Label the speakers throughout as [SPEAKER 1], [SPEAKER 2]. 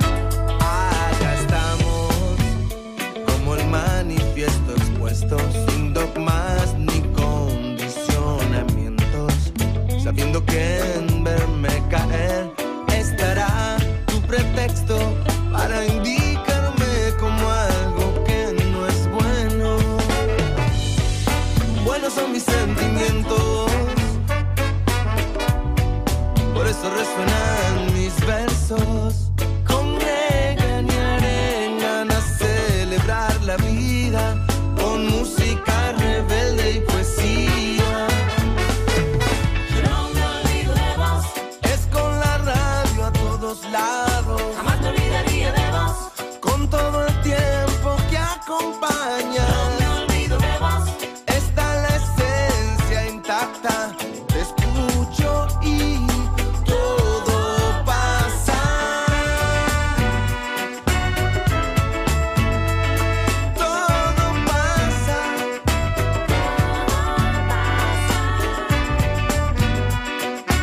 [SPEAKER 1] Acá estamos, como el manifiesto expuesto, sin dogmas ni condicionamientos, sabiendo que en verme caer estará tu pretexto para indicarme como algo que no es bueno. Buenos son mis sentimientos, por eso resuenan mis versos. Con reggae y arengan a celebrar la vida con música rebelde y poesía. no me olvido de vos. Es con la radio a todos lados. Jamás te olvidaría de vos. Con todo el tiempo que acompaña. No me olvido de vos. Está la esencia intacta. Te escucho y todo pasa. Todo pasa. Todo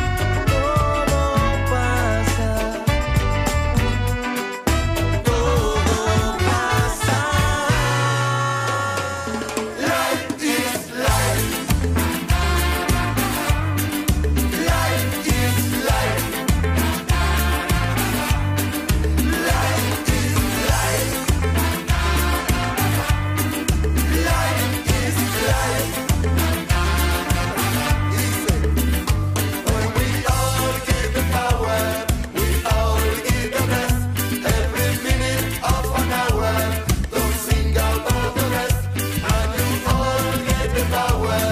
[SPEAKER 1] pasa. Todo pasa. Life is life. Life is life. Life is life. Life is life. When we all give the power, we all give the best. Every minute of an hour, don't sing out all the rest. And you all get the power,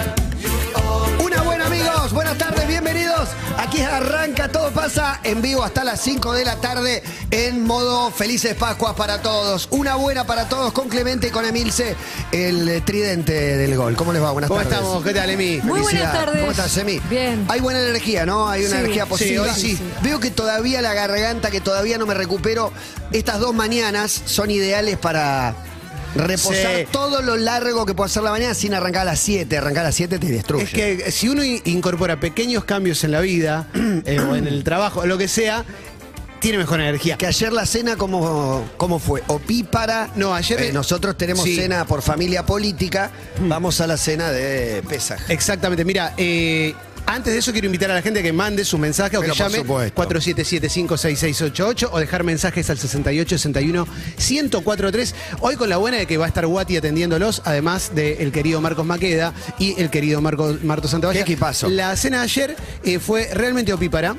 [SPEAKER 1] you all.
[SPEAKER 2] Una buena amigos, buenas tardes, bienvenidos. Aquí arranca Todo pasa en vivo hasta las 5 de la tarde en modo Felices Pascuas para todos. Una buena para todos con Clemente y con Emilce, el eh, tridente del gol. ¿Cómo les va? Buenas
[SPEAKER 3] ¿Cómo
[SPEAKER 2] tardes.
[SPEAKER 3] estamos? ¿Qué tal, Emi?
[SPEAKER 4] Muy buenas
[SPEAKER 2] Felicidad.
[SPEAKER 4] tardes.
[SPEAKER 2] ¿Cómo estás, Emi?
[SPEAKER 4] Bien.
[SPEAKER 2] Hay buena energía, ¿no? Hay una
[SPEAKER 4] Sí.
[SPEAKER 2] energía
[SPEAKER 4] Sí,
[SPEAKER 2] positiva.
[SPEAKER 3] hoy sí.
[SPEAKER 2] Veo que todavía la garganta, que todavía no me recupero, estas dos mañanas son ideales para reposar
[SPEAKER 3] Sí.
[SPEAKER 2] todo lo largo que pueda hacer la mañana sin arrancar a las 7. Arrancar a las 7 te destruye.
[SPEAKER 3] Es que si uno i- incorpora pequeños cambios en la vida, eh, o en el trabajo, lo que sea, tiene mejor energía.
[SPEAKER 2] Que ayer la cena, ¿cómo, cómo fue? Opípara.
[SPEAKER 3] No, ayer-
[SPEAKER 2] Eh, nosotros tenemos
[SPEAKER 3] Sí. Mm.
[SPEAKER 2] cena por familia política. Vamos a la cena de Pesaj.
[SPEAKER 3] Exactamente, mira, eh, antes de eso quiero invitar a la gente a que mande su mensaje o que
[SPEAKER 2] Pero por
[SPEAKER 3] llame
[SPEAKER 2] supuesto.
[SPEAKER 3] 47756688 o dejar mensajes al 6861-1043. Hoy con la buena de que va a estar Guati atendiéndolos, además del querido Marcos Maqueda y el querido Marco, Marto Santavalla.
[SPEAKER 2] Qué equipazo.
[SPEAKER 3] La cena de ayer eh, fue realmente opípara.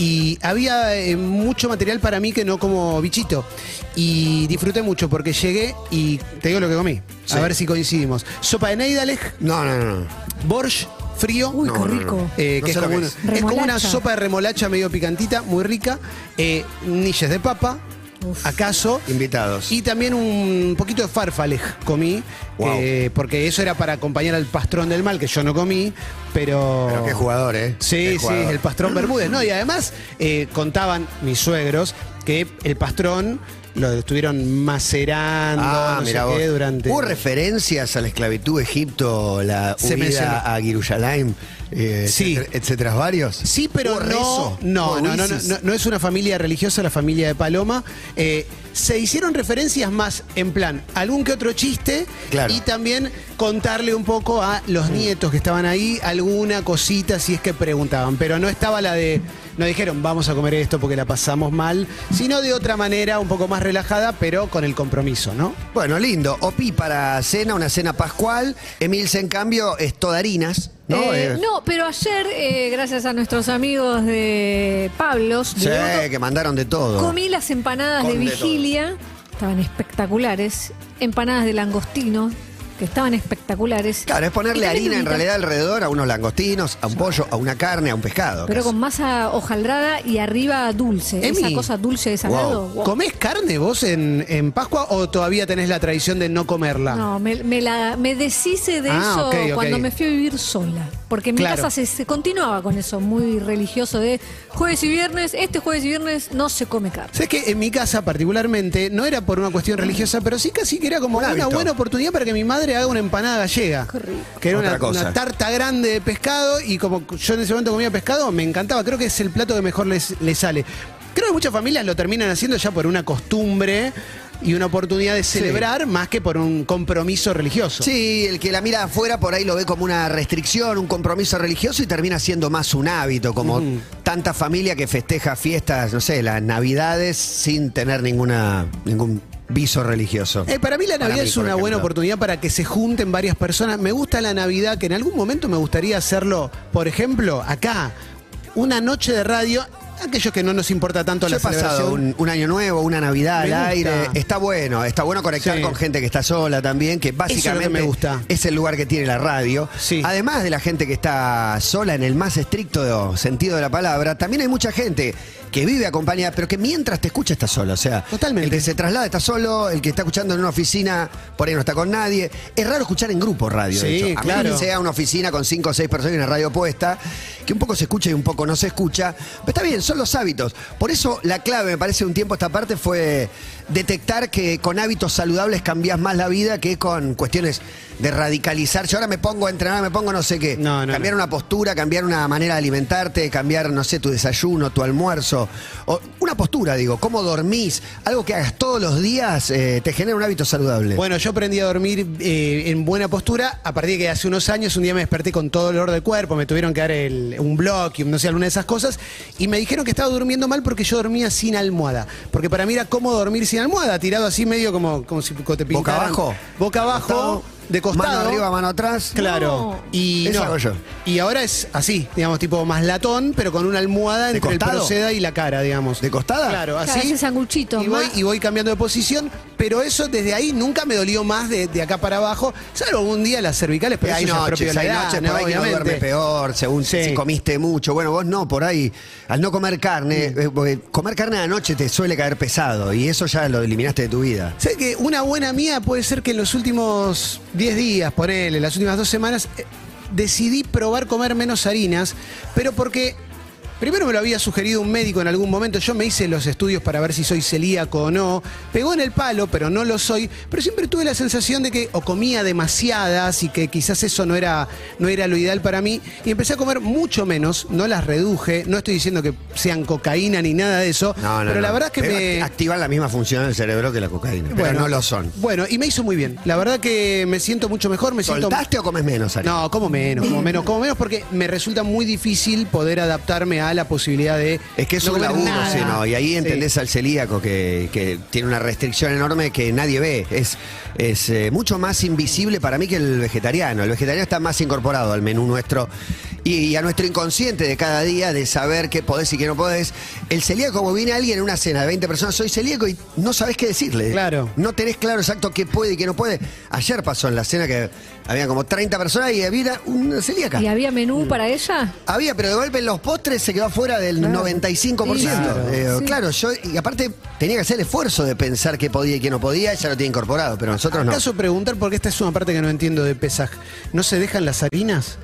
[SPEAKER 3] Y había eh, mucho material para mí que no como bichito. Y disfruté mucho porque llegué y te digo lo que comí.
[SPEAKER 2] Sí.
[SPEAKER 3] A ver si coincidimos. Sopa de Neidalej,
[SPEAKER 2] No, no, no. no.
[SPEAKER 3] Borsch frío.
[SPEAKER 4] Uy, qué rico.
[SPEAKER 3] Eh,
[SPEAKER 2] No
[SPEAKER 3] que
[SPEAKER 2] sé
[SPEAKER 3] es,
[SPEAKER 2] lo que
[SPEAKER 3] como una,
[SPEAKER 2] es.
[SPEAKER 3] es como una
[SPEAKER 4] Remolacha.
[SPEAKER 3] sopa de remolacha medio picantita, muy rica. Eh, nilles de papa, acaso.
[SPEAKER 2] Invitados.
[SPEAKER 3] Y también un poquito de farfalej comí,
[SPEAKER 2] Wow.
[SPEAKER 3] eh, porque eso era para acompañar al pastrón del mal, que yo no comí, pero...
[SPEAKER 2] Pero qué jugador, ¿eh?
[SPEAKER 3] Sí,
[SPEAKER 2] Qué
[SPEAKER 3] sí,
[SPEAKER 2] jugador.
[SPEAKER 3] el pastrón Bermúdez, ¿no? Y además eh, contaban mis suegros que el pastrón lo estuvieron macerando
[SPEAKER 2] Ah,
[SPEAKER 3] no sé
[SPEAKER 2] mirá vos.
[SPEAKER 3] qué, durante...
[SPEAKER 2] Hubo referencias a la esclavitud de Egipto, la
[SPEAKER 3] Se mencionó.
[SPEAKER 2] huida a Jerusalén, eh,
[SPEAKER 3] Sí.
[SPEAKER 2] etcétera, etcétera, varios.
[SPEAKER 3] Sí,
[SPEAKER 2] ¿Hubo
[SPEAKER 3] pero no,
[SPEAKER 2] rezo?
[SPEAKER 3] no,
[SPEAKER 2] ¿Hubo
[SPEAKER 3] no, no, no,
[SPEAKER 2] Isis?
[SPEAKER 3] no- no es una familia religiosa, la familia de Paloma. Eh, se hicieron referencias más en plan algún que otro chiste
[SPEAKER 2] Claro.
[SPEAKER 3] y también contarle un poco a los nietos que estaban ahí alguna cosita si es que preguntaban. Pero no estaba la de, no dijeron vamos a comer esto porque la pasamos mal, sino de otra manera un poco más relajada, pero con el compromiso, ¿no?
[SPEAKER 2] Bueno, lindo. Opi para cena, una cena pascual. Emilce, en cambio, es todarinas, ¿no?
[SPEAKER 4] Eh,
[SPEAKER 2] Eh,
[SPEAKER 4] no, pero ayer, eh, gracias a nuestros amigos de Pablos,
[SPEAKER 2] Sí,
[SPEAKER 4] de Devoto,
[SPEAKER 2] que mandaron de todo.
[SPEAKER 4] comí las empanadas
[SPEAKER 2] Con
[SPEAKER 4] de
[SPEAKER 2] de
[SPEAKER 4] vigilia, estaban espectaculares, empanadas de langostino, que estaban espectaculares.
[SPEAKER 2] Claro, es
[SPEAKER 4] Y
[SPEAKER 2] ponerle
[SPEAKER 4] también
[SPEAKER 2] harina en
[SPEAKER 4] invita-
[SPEAKER 2] realidad alrededor a unos langostinos, a un pollo, a una carne, a un pescado.
[SPEAKER 4] Pero
[SPEAKER 2] casi.
[SPEAKER 4] con masa hojaldrada y arriba dulce.
[SPEAKER 3] Emi.
[SPEAKER 4] Esa cosa dulce de salado. wow.
[SPEAKER 3] ¿Comés carne vos en, en Pascua o todavía tenés la tradición de no comerla?
[SPEAKER 4] No, me, me la, me deshice de
[SPEAKER 3] Ah,
[SPEAKER 4] eso
[SPEAKER 3] ok, ok.
[SPEAKER 4] cuando me fui a vivir sola. Porque en
[SPEAKER 3] Claro.
[SPEAKER 4] mi casa se, se continuaba con eso muy religioso de jueves y viernes, este jueves y viernes no se come carne.
[SPEAKER 3] Sabes que en mi casa particularmente no era por una cuestión religiosa, pero sí casi que era como
[SPEAKER 2] Un
[SPEAKER 3] una
[SPEAKER 2] hábito.
[SPEAKER 3] buena oportunidad para que mi madre haga una empanada gallega.
[SPEAKER 4] Qué rico.
[SPEAKER 3] Que era
[SPEAKER 2] Otra
[SPEAKER 3] una,
[SPEAKER 2] cosa.
[SPEAKER 3] una tarta grande de pescado y como yo en ese momento comía pescado, me encantaba. Creo que es el plato que mejor les, les sale. Creo que muchas familias lo terminan haciendo ya por una costumbre y una oportunidad de celebrar más que por un compromiso religioso.
[SPEAKER 2] Sí, el que la mira afuera por ahí lo ve como una restricción, un compromiso religioso y termina siendo más un hábito, como tanta familia que festeja fiestas, no sé, las navidades sin tener ninguna ningún viso religioso.
[SPEAKER 3] Eh, para mí la
[SPEAKER 2] Para
[SPEAKER 3] Navidad
[SPEAKER 2] mí,
[SPEAKER 3] es
[SPEAKER 2] por
[SPEAKER 3] una buena
[SPEAKER 2] ejemplo.
[SPEAKER 3] oportunidad para que se junten varias personas. Me gusta la Navidad, que en algún momento me gustaría hacerlo, por ejemplo, acá, una noche de radio. Aquellos que no nos importa tanto
[SPEAKER 2] Yo
[SPEAKER 3] la
[SPEAKER 2] he pasado
[SPEAKER 3] celebración.
[SPEAKER 2] un, un año nuevo, una Navidad
[SPEAKER 3] Me
[SPEAKER 2] al
[SPEAKER 3] gusta.
[SPEAKER 2] aire. Está bueno, está bueno conectar
[SPEAKER 3] Sí.
[SPEAKER 2] con gente que está sola también, que básicamente
[SPEAKER 3] me gusta.
[SPEAKER 2] es el lugar que tiene la radio.
[SPEAKER 3] Sí.
[SPEAKER 2] Además de la gente que está sola en el más estricto sentido de la palabra, también hay mucha gente que vive acompañada, pero que mientras te escucha está solo. O sea,
[SPEAKER 3] Totalmente.
[SPEAKER 2] el que se traslada está solo, el que está escuchando en una oficina por ahí no está con nadie. Es raro escuchar en grupo radio, de
[SPEAKER 3] Sí,
[SPEAKER 2] hecho. A menos
[SPEAKER 3] claro.
[SPEAKER 2] que sea una oficina con cinco o seis personas y una radio puesta, que un poco se escucha y un poco no se escucha. Pero está bien, son los hábitos. Por eso la clave, me parece, un tiempo esta parte fue detectar que con hábitos saludables cambias más la vida que con cuestiones de radicalizar. Yo ahora me pongo a entrenar, me pongo no sé qué.
[SPEAKER 3] No, no,
[SPEAKER 2] cambiar
[SPEAKER 3] no.
[SPEAKER 2] una postura, cambiar una manera de alimentarte, cambiar, no sé, tu desayuno, tu almuerzo. O una postura, digo, cómo dormís, algo que hagas todos los días eh, te genera un hábito saludable.
[SPEAKER 3] Bueno, yo aprendí a dormir eh, en buena postura a partir de que hace unos años un día me desperté con todo dolor de cuerpo, me tuvieron que dar el- un bloque, no sé, alguna de esas cosas, y me dijeron que estaba durmiendo mal porque yo dormía sin almohada. Porque para mí era cómo dormir sin almohada, tirado así medio como, como si te pintaran.
[SPEAKER 2] Boca abajo.
[SPEAKER 3] Boca abajo,
[SPEAKER 2] Costado.
[SPEAKER 3] de costado.
[SPEAKER 2] Mano arriba, mano atrás.
[SPEAKER 3] Claro.
[SPEAKER 4] No.
[SPEAKER 3] Y,
[SPEAKER 2] Eso
[SPEAKER 3] no.
[SPEAKER 2] hago yo.
[SPEAKER 3] y ahora es así, digamos, tipo más latón, pero con una almohada
[SPEAKER 2] ¿De
[SPEAKER 3] entre el
[SPEAKER 2] costado?
[SPEAKER 3] proceda y la cara, digamos.
[SPEAKER 2] ¿De costada?
[SPEAKER 3] Claro,
[SPEAKER 4] Claro,
[SPEAKER 3] así.
[SPEAKER 4] hace sanguchitos,
[SPEAKER 3] y, voy,
[SPEAKER 4] ma-
[SPEAKER 3] y voy cambiando de posición, pero eso desde ahí nunca me dolió más de, de acá para abajo, salvo algún día las cervicales,
[SPEAKER 2] Y
[SPEAKER 3] pero
[SPEAKER 2] hay
[SPEAKER 3] eso ya es propio
[SPEAKER 2] noches,
[SPEAKER 3] de la
[SPEAKER 2] hay
[SPEAKER 3] edad,
[SPEAKER 2] noches
[SPEAKER 3] ¿no?
[SPEAKER 2] por ahí que no
[SPEAKER 3] Obviamente.
[SPEAKER 2] duerme peor, según
[SPEAKER 3] Sí.
[SPEAKER 2] si comiste mucho. Bueno, vos no, por ahí, al no comer carne,
[SPEAKER 3] Mm.
[SPEAKER 2] eh, porque comer carne a la noche te suele caer pesado y eso ya lo eliminaste de tu vida.
[SPEAKER 3] Sé que una buena mía puede ser que en los últimos 10 días, ponele, las últimas dos semanas, eh, decidí probar comer menos harinas, pero porque primero me lo había sugerido un médico en algún momento, yo me hice los estudios para ver si soy celíaco o no, pegó en el palo, pero no lo soy, pero siempre tuve la sensación de que o comía demasiadas y que quizás eso no era, no era lo ideal para mí, y empecé a comer mucho menos, no las reduje, no estoy diciendo que sean cocaína ni nada de eso,
[SPEAKER 2] No, no,
[SPEAKER 3] pero la
[SPEAKER 2] no.
[SPEAKER 3] verdad es que
[SPEAKER 2] Pero
[SPEAKER 3] me...
[SPEAKER 2] act- Activan la misma función del cerebro que la cocaína, pero no lo son.
[SPEAKER 3] Bueno, y me hizo muy bien. La verdad que me siento mucho mejor, me siento.
[SPEAKER 2] ¿Soltaste o comes menos, Ari?
[SPEAKER 3] No, como menos, como menos, como menos, porque me resulta muy difícil poder adaptarme a la posibilidad de.
[SPEAKER 2] Es que es
[SPEAKER 3] no
[SPEAKER 2] un
[SPEAKER 3] comer
[SPEAKER 2] laburo,
[SPEAKER 3] nada.
[SPEAKER 2] sí, ¿no? Y ahí entendés al celíaco que, que tiene una restricción enorme que nadie ve. Es, es eh, mucho más invisible para mí que el vegetariano. El vegetariano está más incorporado al menú nuestro y, y a nuestro inconsciente de cada día de saber qué podés y qué no podés. El celíaco, como viene alguien en una cena de 20 personas, soy celíaco y no sabés qué decirle.
[SPEAKER 3] Claro.
[SPEAKER 2] No tenés claro exacto qué puede y qué no puede. Ayer pasó en la cena que había como 30 personas y había una celíaca.
[SPEAKER 4] ¿Y había menú para ella?
[SPEAKER 2] Había, pero de golpe en los postres se quedó fuera del 95%.
[SPEAKER 4] Sí,
[SPEAKER 2] claro.
[SPEAKER 4] claro. Sí.
[SPEAKER 2] claro, yo, y aparte tenía que hacer el esfuerzo de pensar qué podía y qué no podía, ella lo tiene incorporado, pero nosotros no.
[SPEAKER 3] Caso preguntar, porque esta es una parte que no entiendo de pesaj. ¿No se dejan las harinas?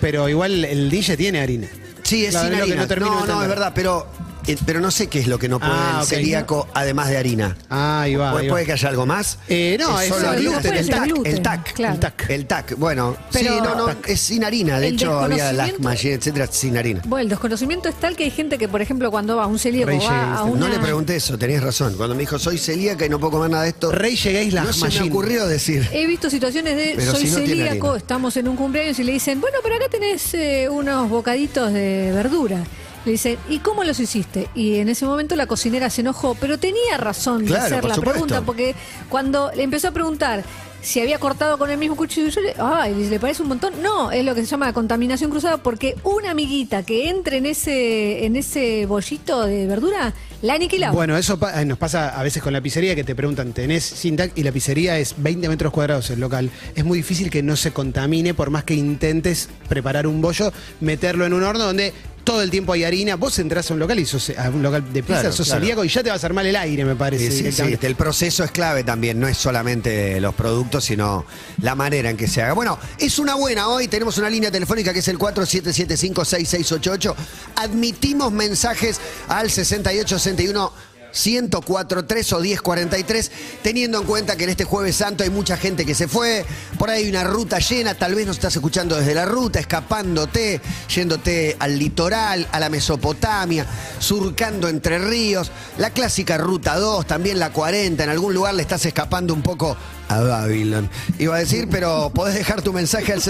[SPEAKER 3] Pero igual el DJ tiene harina.
[SPEAKER 2] Sí, es
[SPEAKER 3] Claro,
[SPEAKER 2] sin
[SPEAKER 3] es lo que
[SPEAKER 2] harina.
[SPEAKER 3] no termino de
[SPEAKER 2] no, no, es
[SPEAKER 3] entender.
[SPEAKER 2] verdad, pero, eh, pero no sé qué es lo que no puede
[SPEAKER 3] Ah,
[SPEAKER 2] el
[SPEAKER 3] ok.
[SPEAKER 2] celíaco, además de harina.
[SPEAKER 3] Ah, ahí va.
[SPEAKER 2] Pu-
[SPEAKER 3] ahí
[SPEAKER 2] Pues ¿Puede,
[SPEAKER 3] va.
[SPEAKER 2] que haya algo más?
[SPEAKER 3] Eh, no, es
[SPEAKER 2] solo
[SPEAKER 3] el
[SPEAKER 2] harina,
[SPEAKER 3] gluten,
[SPEAKER 2] el
[SPEAKER 3] es
[SPEAKER 4] el
[SPEAKER 2] tac,
[SPEAKER 4] gluten,
[SPEAKER 2] el tac,
[SPEAKER 4] claro.
[SPEAKER 2] el tac, el tac. Bueno, sí,
[SPEAKER 4] Pero-
[SPEAKER 2] no, no, es sin harina. De
[SPEAKER 4] El
[SPEAKER 2] hecho, había las
[SPEAKER 4] desconocimiento-
[SPEAKER 2] mallenas, etcétera, sin harina.
[SPEAKER 4] Bueno, el desconocimiento es tal que hay gente que, por ejemplo, cuando va a un celíaco,
[SPEAKER 3] Rey
[SPEAKER 4] va a
[SPEAKER 3] James,
[SPEAKER 4] una...
[SPEAKER 2] No le pregunté eso, tenías razón. Cuando me dijo soy celíaca y no puedo comer nada de esto,
[SPEAKER 3] Rey llegáis las
[SPEAKER 2] no se me ocurrió decir.
[SPEAKER 4] He visto situaciones de
[SPEAKER 2] Pero
[SPEAKER 4] soy
[SPEAKER 2] si no tiene
[SPEAKER 4] celíaco,
[SPEAKER 2] harina.
[SPEAKER 4] estamos en un cumpleaños y le dicen, bueno, pero acá tenés eh, unos bocaditos de verdura. Le dicen, ¿y cómo los hiciste? Y en ese momento la cocinera se enojó, pero tenía razón
[SPEAKER 2] Claro,
[SPEAKER 4] de hacer
[SPEAKER 2] por
[SPEAKER 4] la
[SPEAKER 2] supuesto.
[SPEAKER 4] pregunta, porque cuando le empezó a preguntar si había cortado con el mismo cuchillo, yo le, ay, ¿le parece un montón? No, es lo que se llama contaminación cruzada, porque una amiguita que entre en ese, en ese bollito de verdura, la aniquilaba.
[SPEAKER 3] Bueno, eso pa- eh, nos pasa a veces con la pizzería que te preguntan, ¿tenés Sintac? Y la pizzería es 20 metros cuadrados el local. Es muy difícil que no se contamine por más que intentes preparar un bollo, meterlo en un horno donde todo el tiempo hay harina. Vos entras a un local y sos, eh, a un local de pizza,
[SPEAKER 2] Claro,
[SPEAKER 3] sos
[SPEAKER 2] claro.
[SPEAKER 3] celíaco y ya te vas a armar el aire, me parece.
[SPEAKER 2] Sí, sí, sí,
[SPEAKER 3] directamente.
[SPEAKER 2] el proceso es clave también, no es solamente los productos, sino la manera en que se haga. Bueno, es una buena hoy, tenemos una línea telefónica que es el 47756688. Admitimos mensajes al 6861 1043 o 1043, teniendo en cuenta que en este jueves santo hay mucha gente que se fue, por ahí hay una ruta llena, tal vez nos estás escuchando desde la ruta, escapándote, yéndote al litoral, a la Mesopotamia, surcando entre ríos, la clásica ruta 2, también la 40, en algún lugar le estás escapando un poco a Babylon. Iba a decir, pero podés dejar tu mensaje al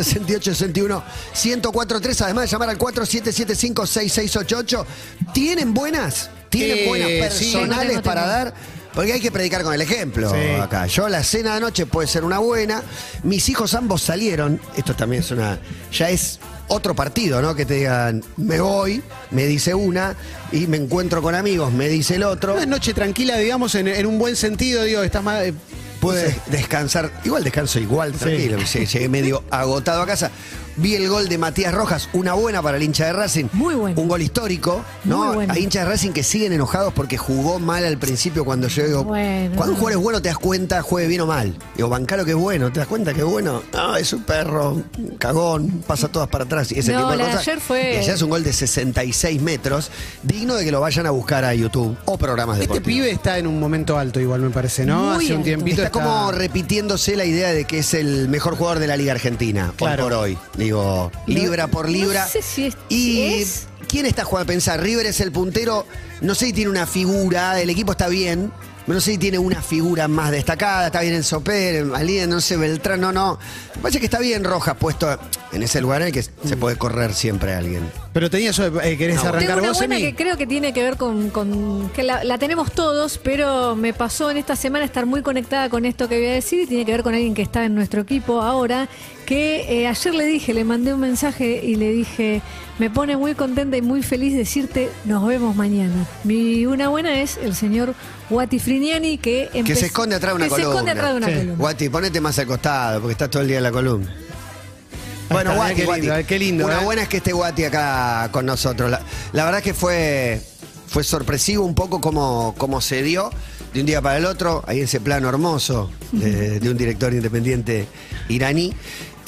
[SPEAKER 2] 6861-1043, además de llamar al 4775-6688. ¿Tienen buenas? ¿Tienen
[SPEAKER 3] Eh,
[SPEAKER 2] buenas
[SPEAKER 3] sí.
[SPEAKER 2] personales
[SPEAKER 4] Tengo, tengo.
[SPEAKER 2] para dar? Porque hay que predicar con el ejemplo
[SPEAKER 3] Sí.
[SPEAKER 2] acá. Yo la cena de noche puede ser una buena. Mis hijos ambos salieron. Esto también es una. Ya es otro partido, ¿no? Que te digan, me voy, me dice una, y me encuentro con amigos, me dice el otro.
[SPEAKER 3] Una noche tranquila, digamos, en, en un buen sentido, digo, estás más. eh,
[SPEAKER 2] Pude descansar, igual descanso igual, tranquilo. Llegué- Llegué medio agotado a casa. Vi el gol de Matías Rojas, una buena para el hincha de Racing.
[SPEAKER 4] Muy bueno.
[SPEAKER 2] Un gol histórico, ¿no?
[SPEAKER 4] Muy bueno.
[SPEAKER 2] Hay hinchas de Racing que siguen enojados porque jugó mal al principio cuando yo digo,
[SPEAKER 4] Bueno.
[SPEAKER 2] cuando un jugador es bueno te das cuenta, juegue bien o mal. Digo, bancaro que es bueno, te das cuenta que es bueno. Ah, es un perro, un cagón, pasa todas para atrás y ese
[SPEAKER 4] No,
[SPEAKER 2] tipo de
[SPEAKER 4] la de
[SPEAKER 2] cosas.
[SPEAKER 4] ayer fue-
[SPEAKER 2] Y ayer es un gol de 66 metros, digno de que lo vayan a buscar a YouTube o programas de
[SPEAKER 3] Este pibe está en un momento alto, igual me parece, ¿no?
[SPEAKER 4] Muy
[SPEAKER 3] Hace un
[SPEAKER 4] alto.
[SPEAKER 3] tiempito.
[SPEAKER 2] Está como repitiéndose la idea de que es el mejor jugador de la Liga Argentina,
[SPEAKER 3] Claro.
[SPEAKER 2] hoy por hoy. Digo, libra por libra.
[SPEAKER 4] No sé si es-
[SPEAKER 2] y
[SPEAKER 4] es.
[SPEAKER 2] ¿quién está jugando? Pensar, River es el puntero, no sé si tiene una figura, el equipo está bien, pero no sé si tiene una figura más destacada, está bien en Soper, Alien, no sé, Beltrán, no, no. Me parece que está bien Rojas puesto en ese lugar en el que se puede correr siempre alguien.
[SPEAKER 3] Pero tenía eso, de- eh, ¿querés
[SPEAKER 2] No.
[SPEAKER 3] arrancar
[SPEAKER 4] Tengo una
[SPEAKER 3] vos,
[SPEAKER 4] buena
[SPEAKER 3] Emi?
[SPEAKER 4] que creo que tiene que ver con, con- que la, la tenemos todos, pero me pasó en esta semana estar muy conectada con esto que voy a decir y tiene que ver con alguien que está en nuestro equipo ahora, que eh, ayer le dije, le mandé un mensaje y le dije, me pone muy contenta y muy feliz decirte, nos vemos mañana. Mi una buena es el señor Wati Friniani que
[SPEAKER 2] Que
[SPEAKER 4] empe-
[SPEAKER 2] se esconde atrás de una
[SPEAKER 4] que
[SPEAKER 2] columna.
[SPEAKER 4] se esconde atrás de una
[SPEAKER 3] Sí.
[SPEAKER 4] columna.
[SPEAKER 2] Guati, ponete más al costado, porque estás todo el día en la columna.
[SPEAKER 3] Ahí
[SPEAKER 2] Bueno,
[SPEAKER 3] está,
[SPEAKER 2] Guati,
[SPEAKER 3] mirá qué lindo,
[SPEAKER 2] Guati.
[SPEAKER 3] qué lindo,
[SPEAKER 2] Una
[SPEAKER 3] ¿eh?
[SPEAKER 2] buena es que esté Guati acá con nosotros. La, la verdad que fue, fue sorpresivo un poco como, como se dio de un día para el otro, ahí ese plano hermoso eh, de, de un director independiente iraní.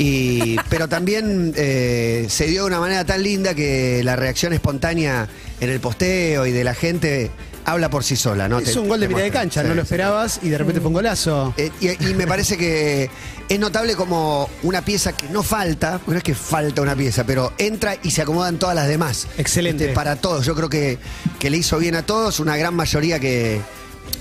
[SPEAKER 2] Y, pero también eh, se dio de una manera tan linda que la reacción espontánea en el posteo y de la gente habla por sí sola. ¿no?
[SPEAKER 3] Es
[SPEAKER 2] Te-
[SPEAKER 3] un gol de
[SPEAKER 2] te
[SPEAKER 3] mitad de
[SPEAKER 2] muestra.
[SPEAKER 3] cancha,
[SPEAKER 2] Sí,
[SPEAKER 3] no lo
[SPEAKER 2] sí.
[SPEAKER 3] esperabas y de repente fue un golazo.
[SPEAKER 2] Eh, y, y me parece que es notable como una pieza que no falta, porque no es que falta una pieza, pero entra y se acomodan todas las demás.
[SPEAKER 3] Excelente.
[SPEAKER 2] Este, para todos. Yo creo que, que le hizo bien a todos, una gran mayoría que.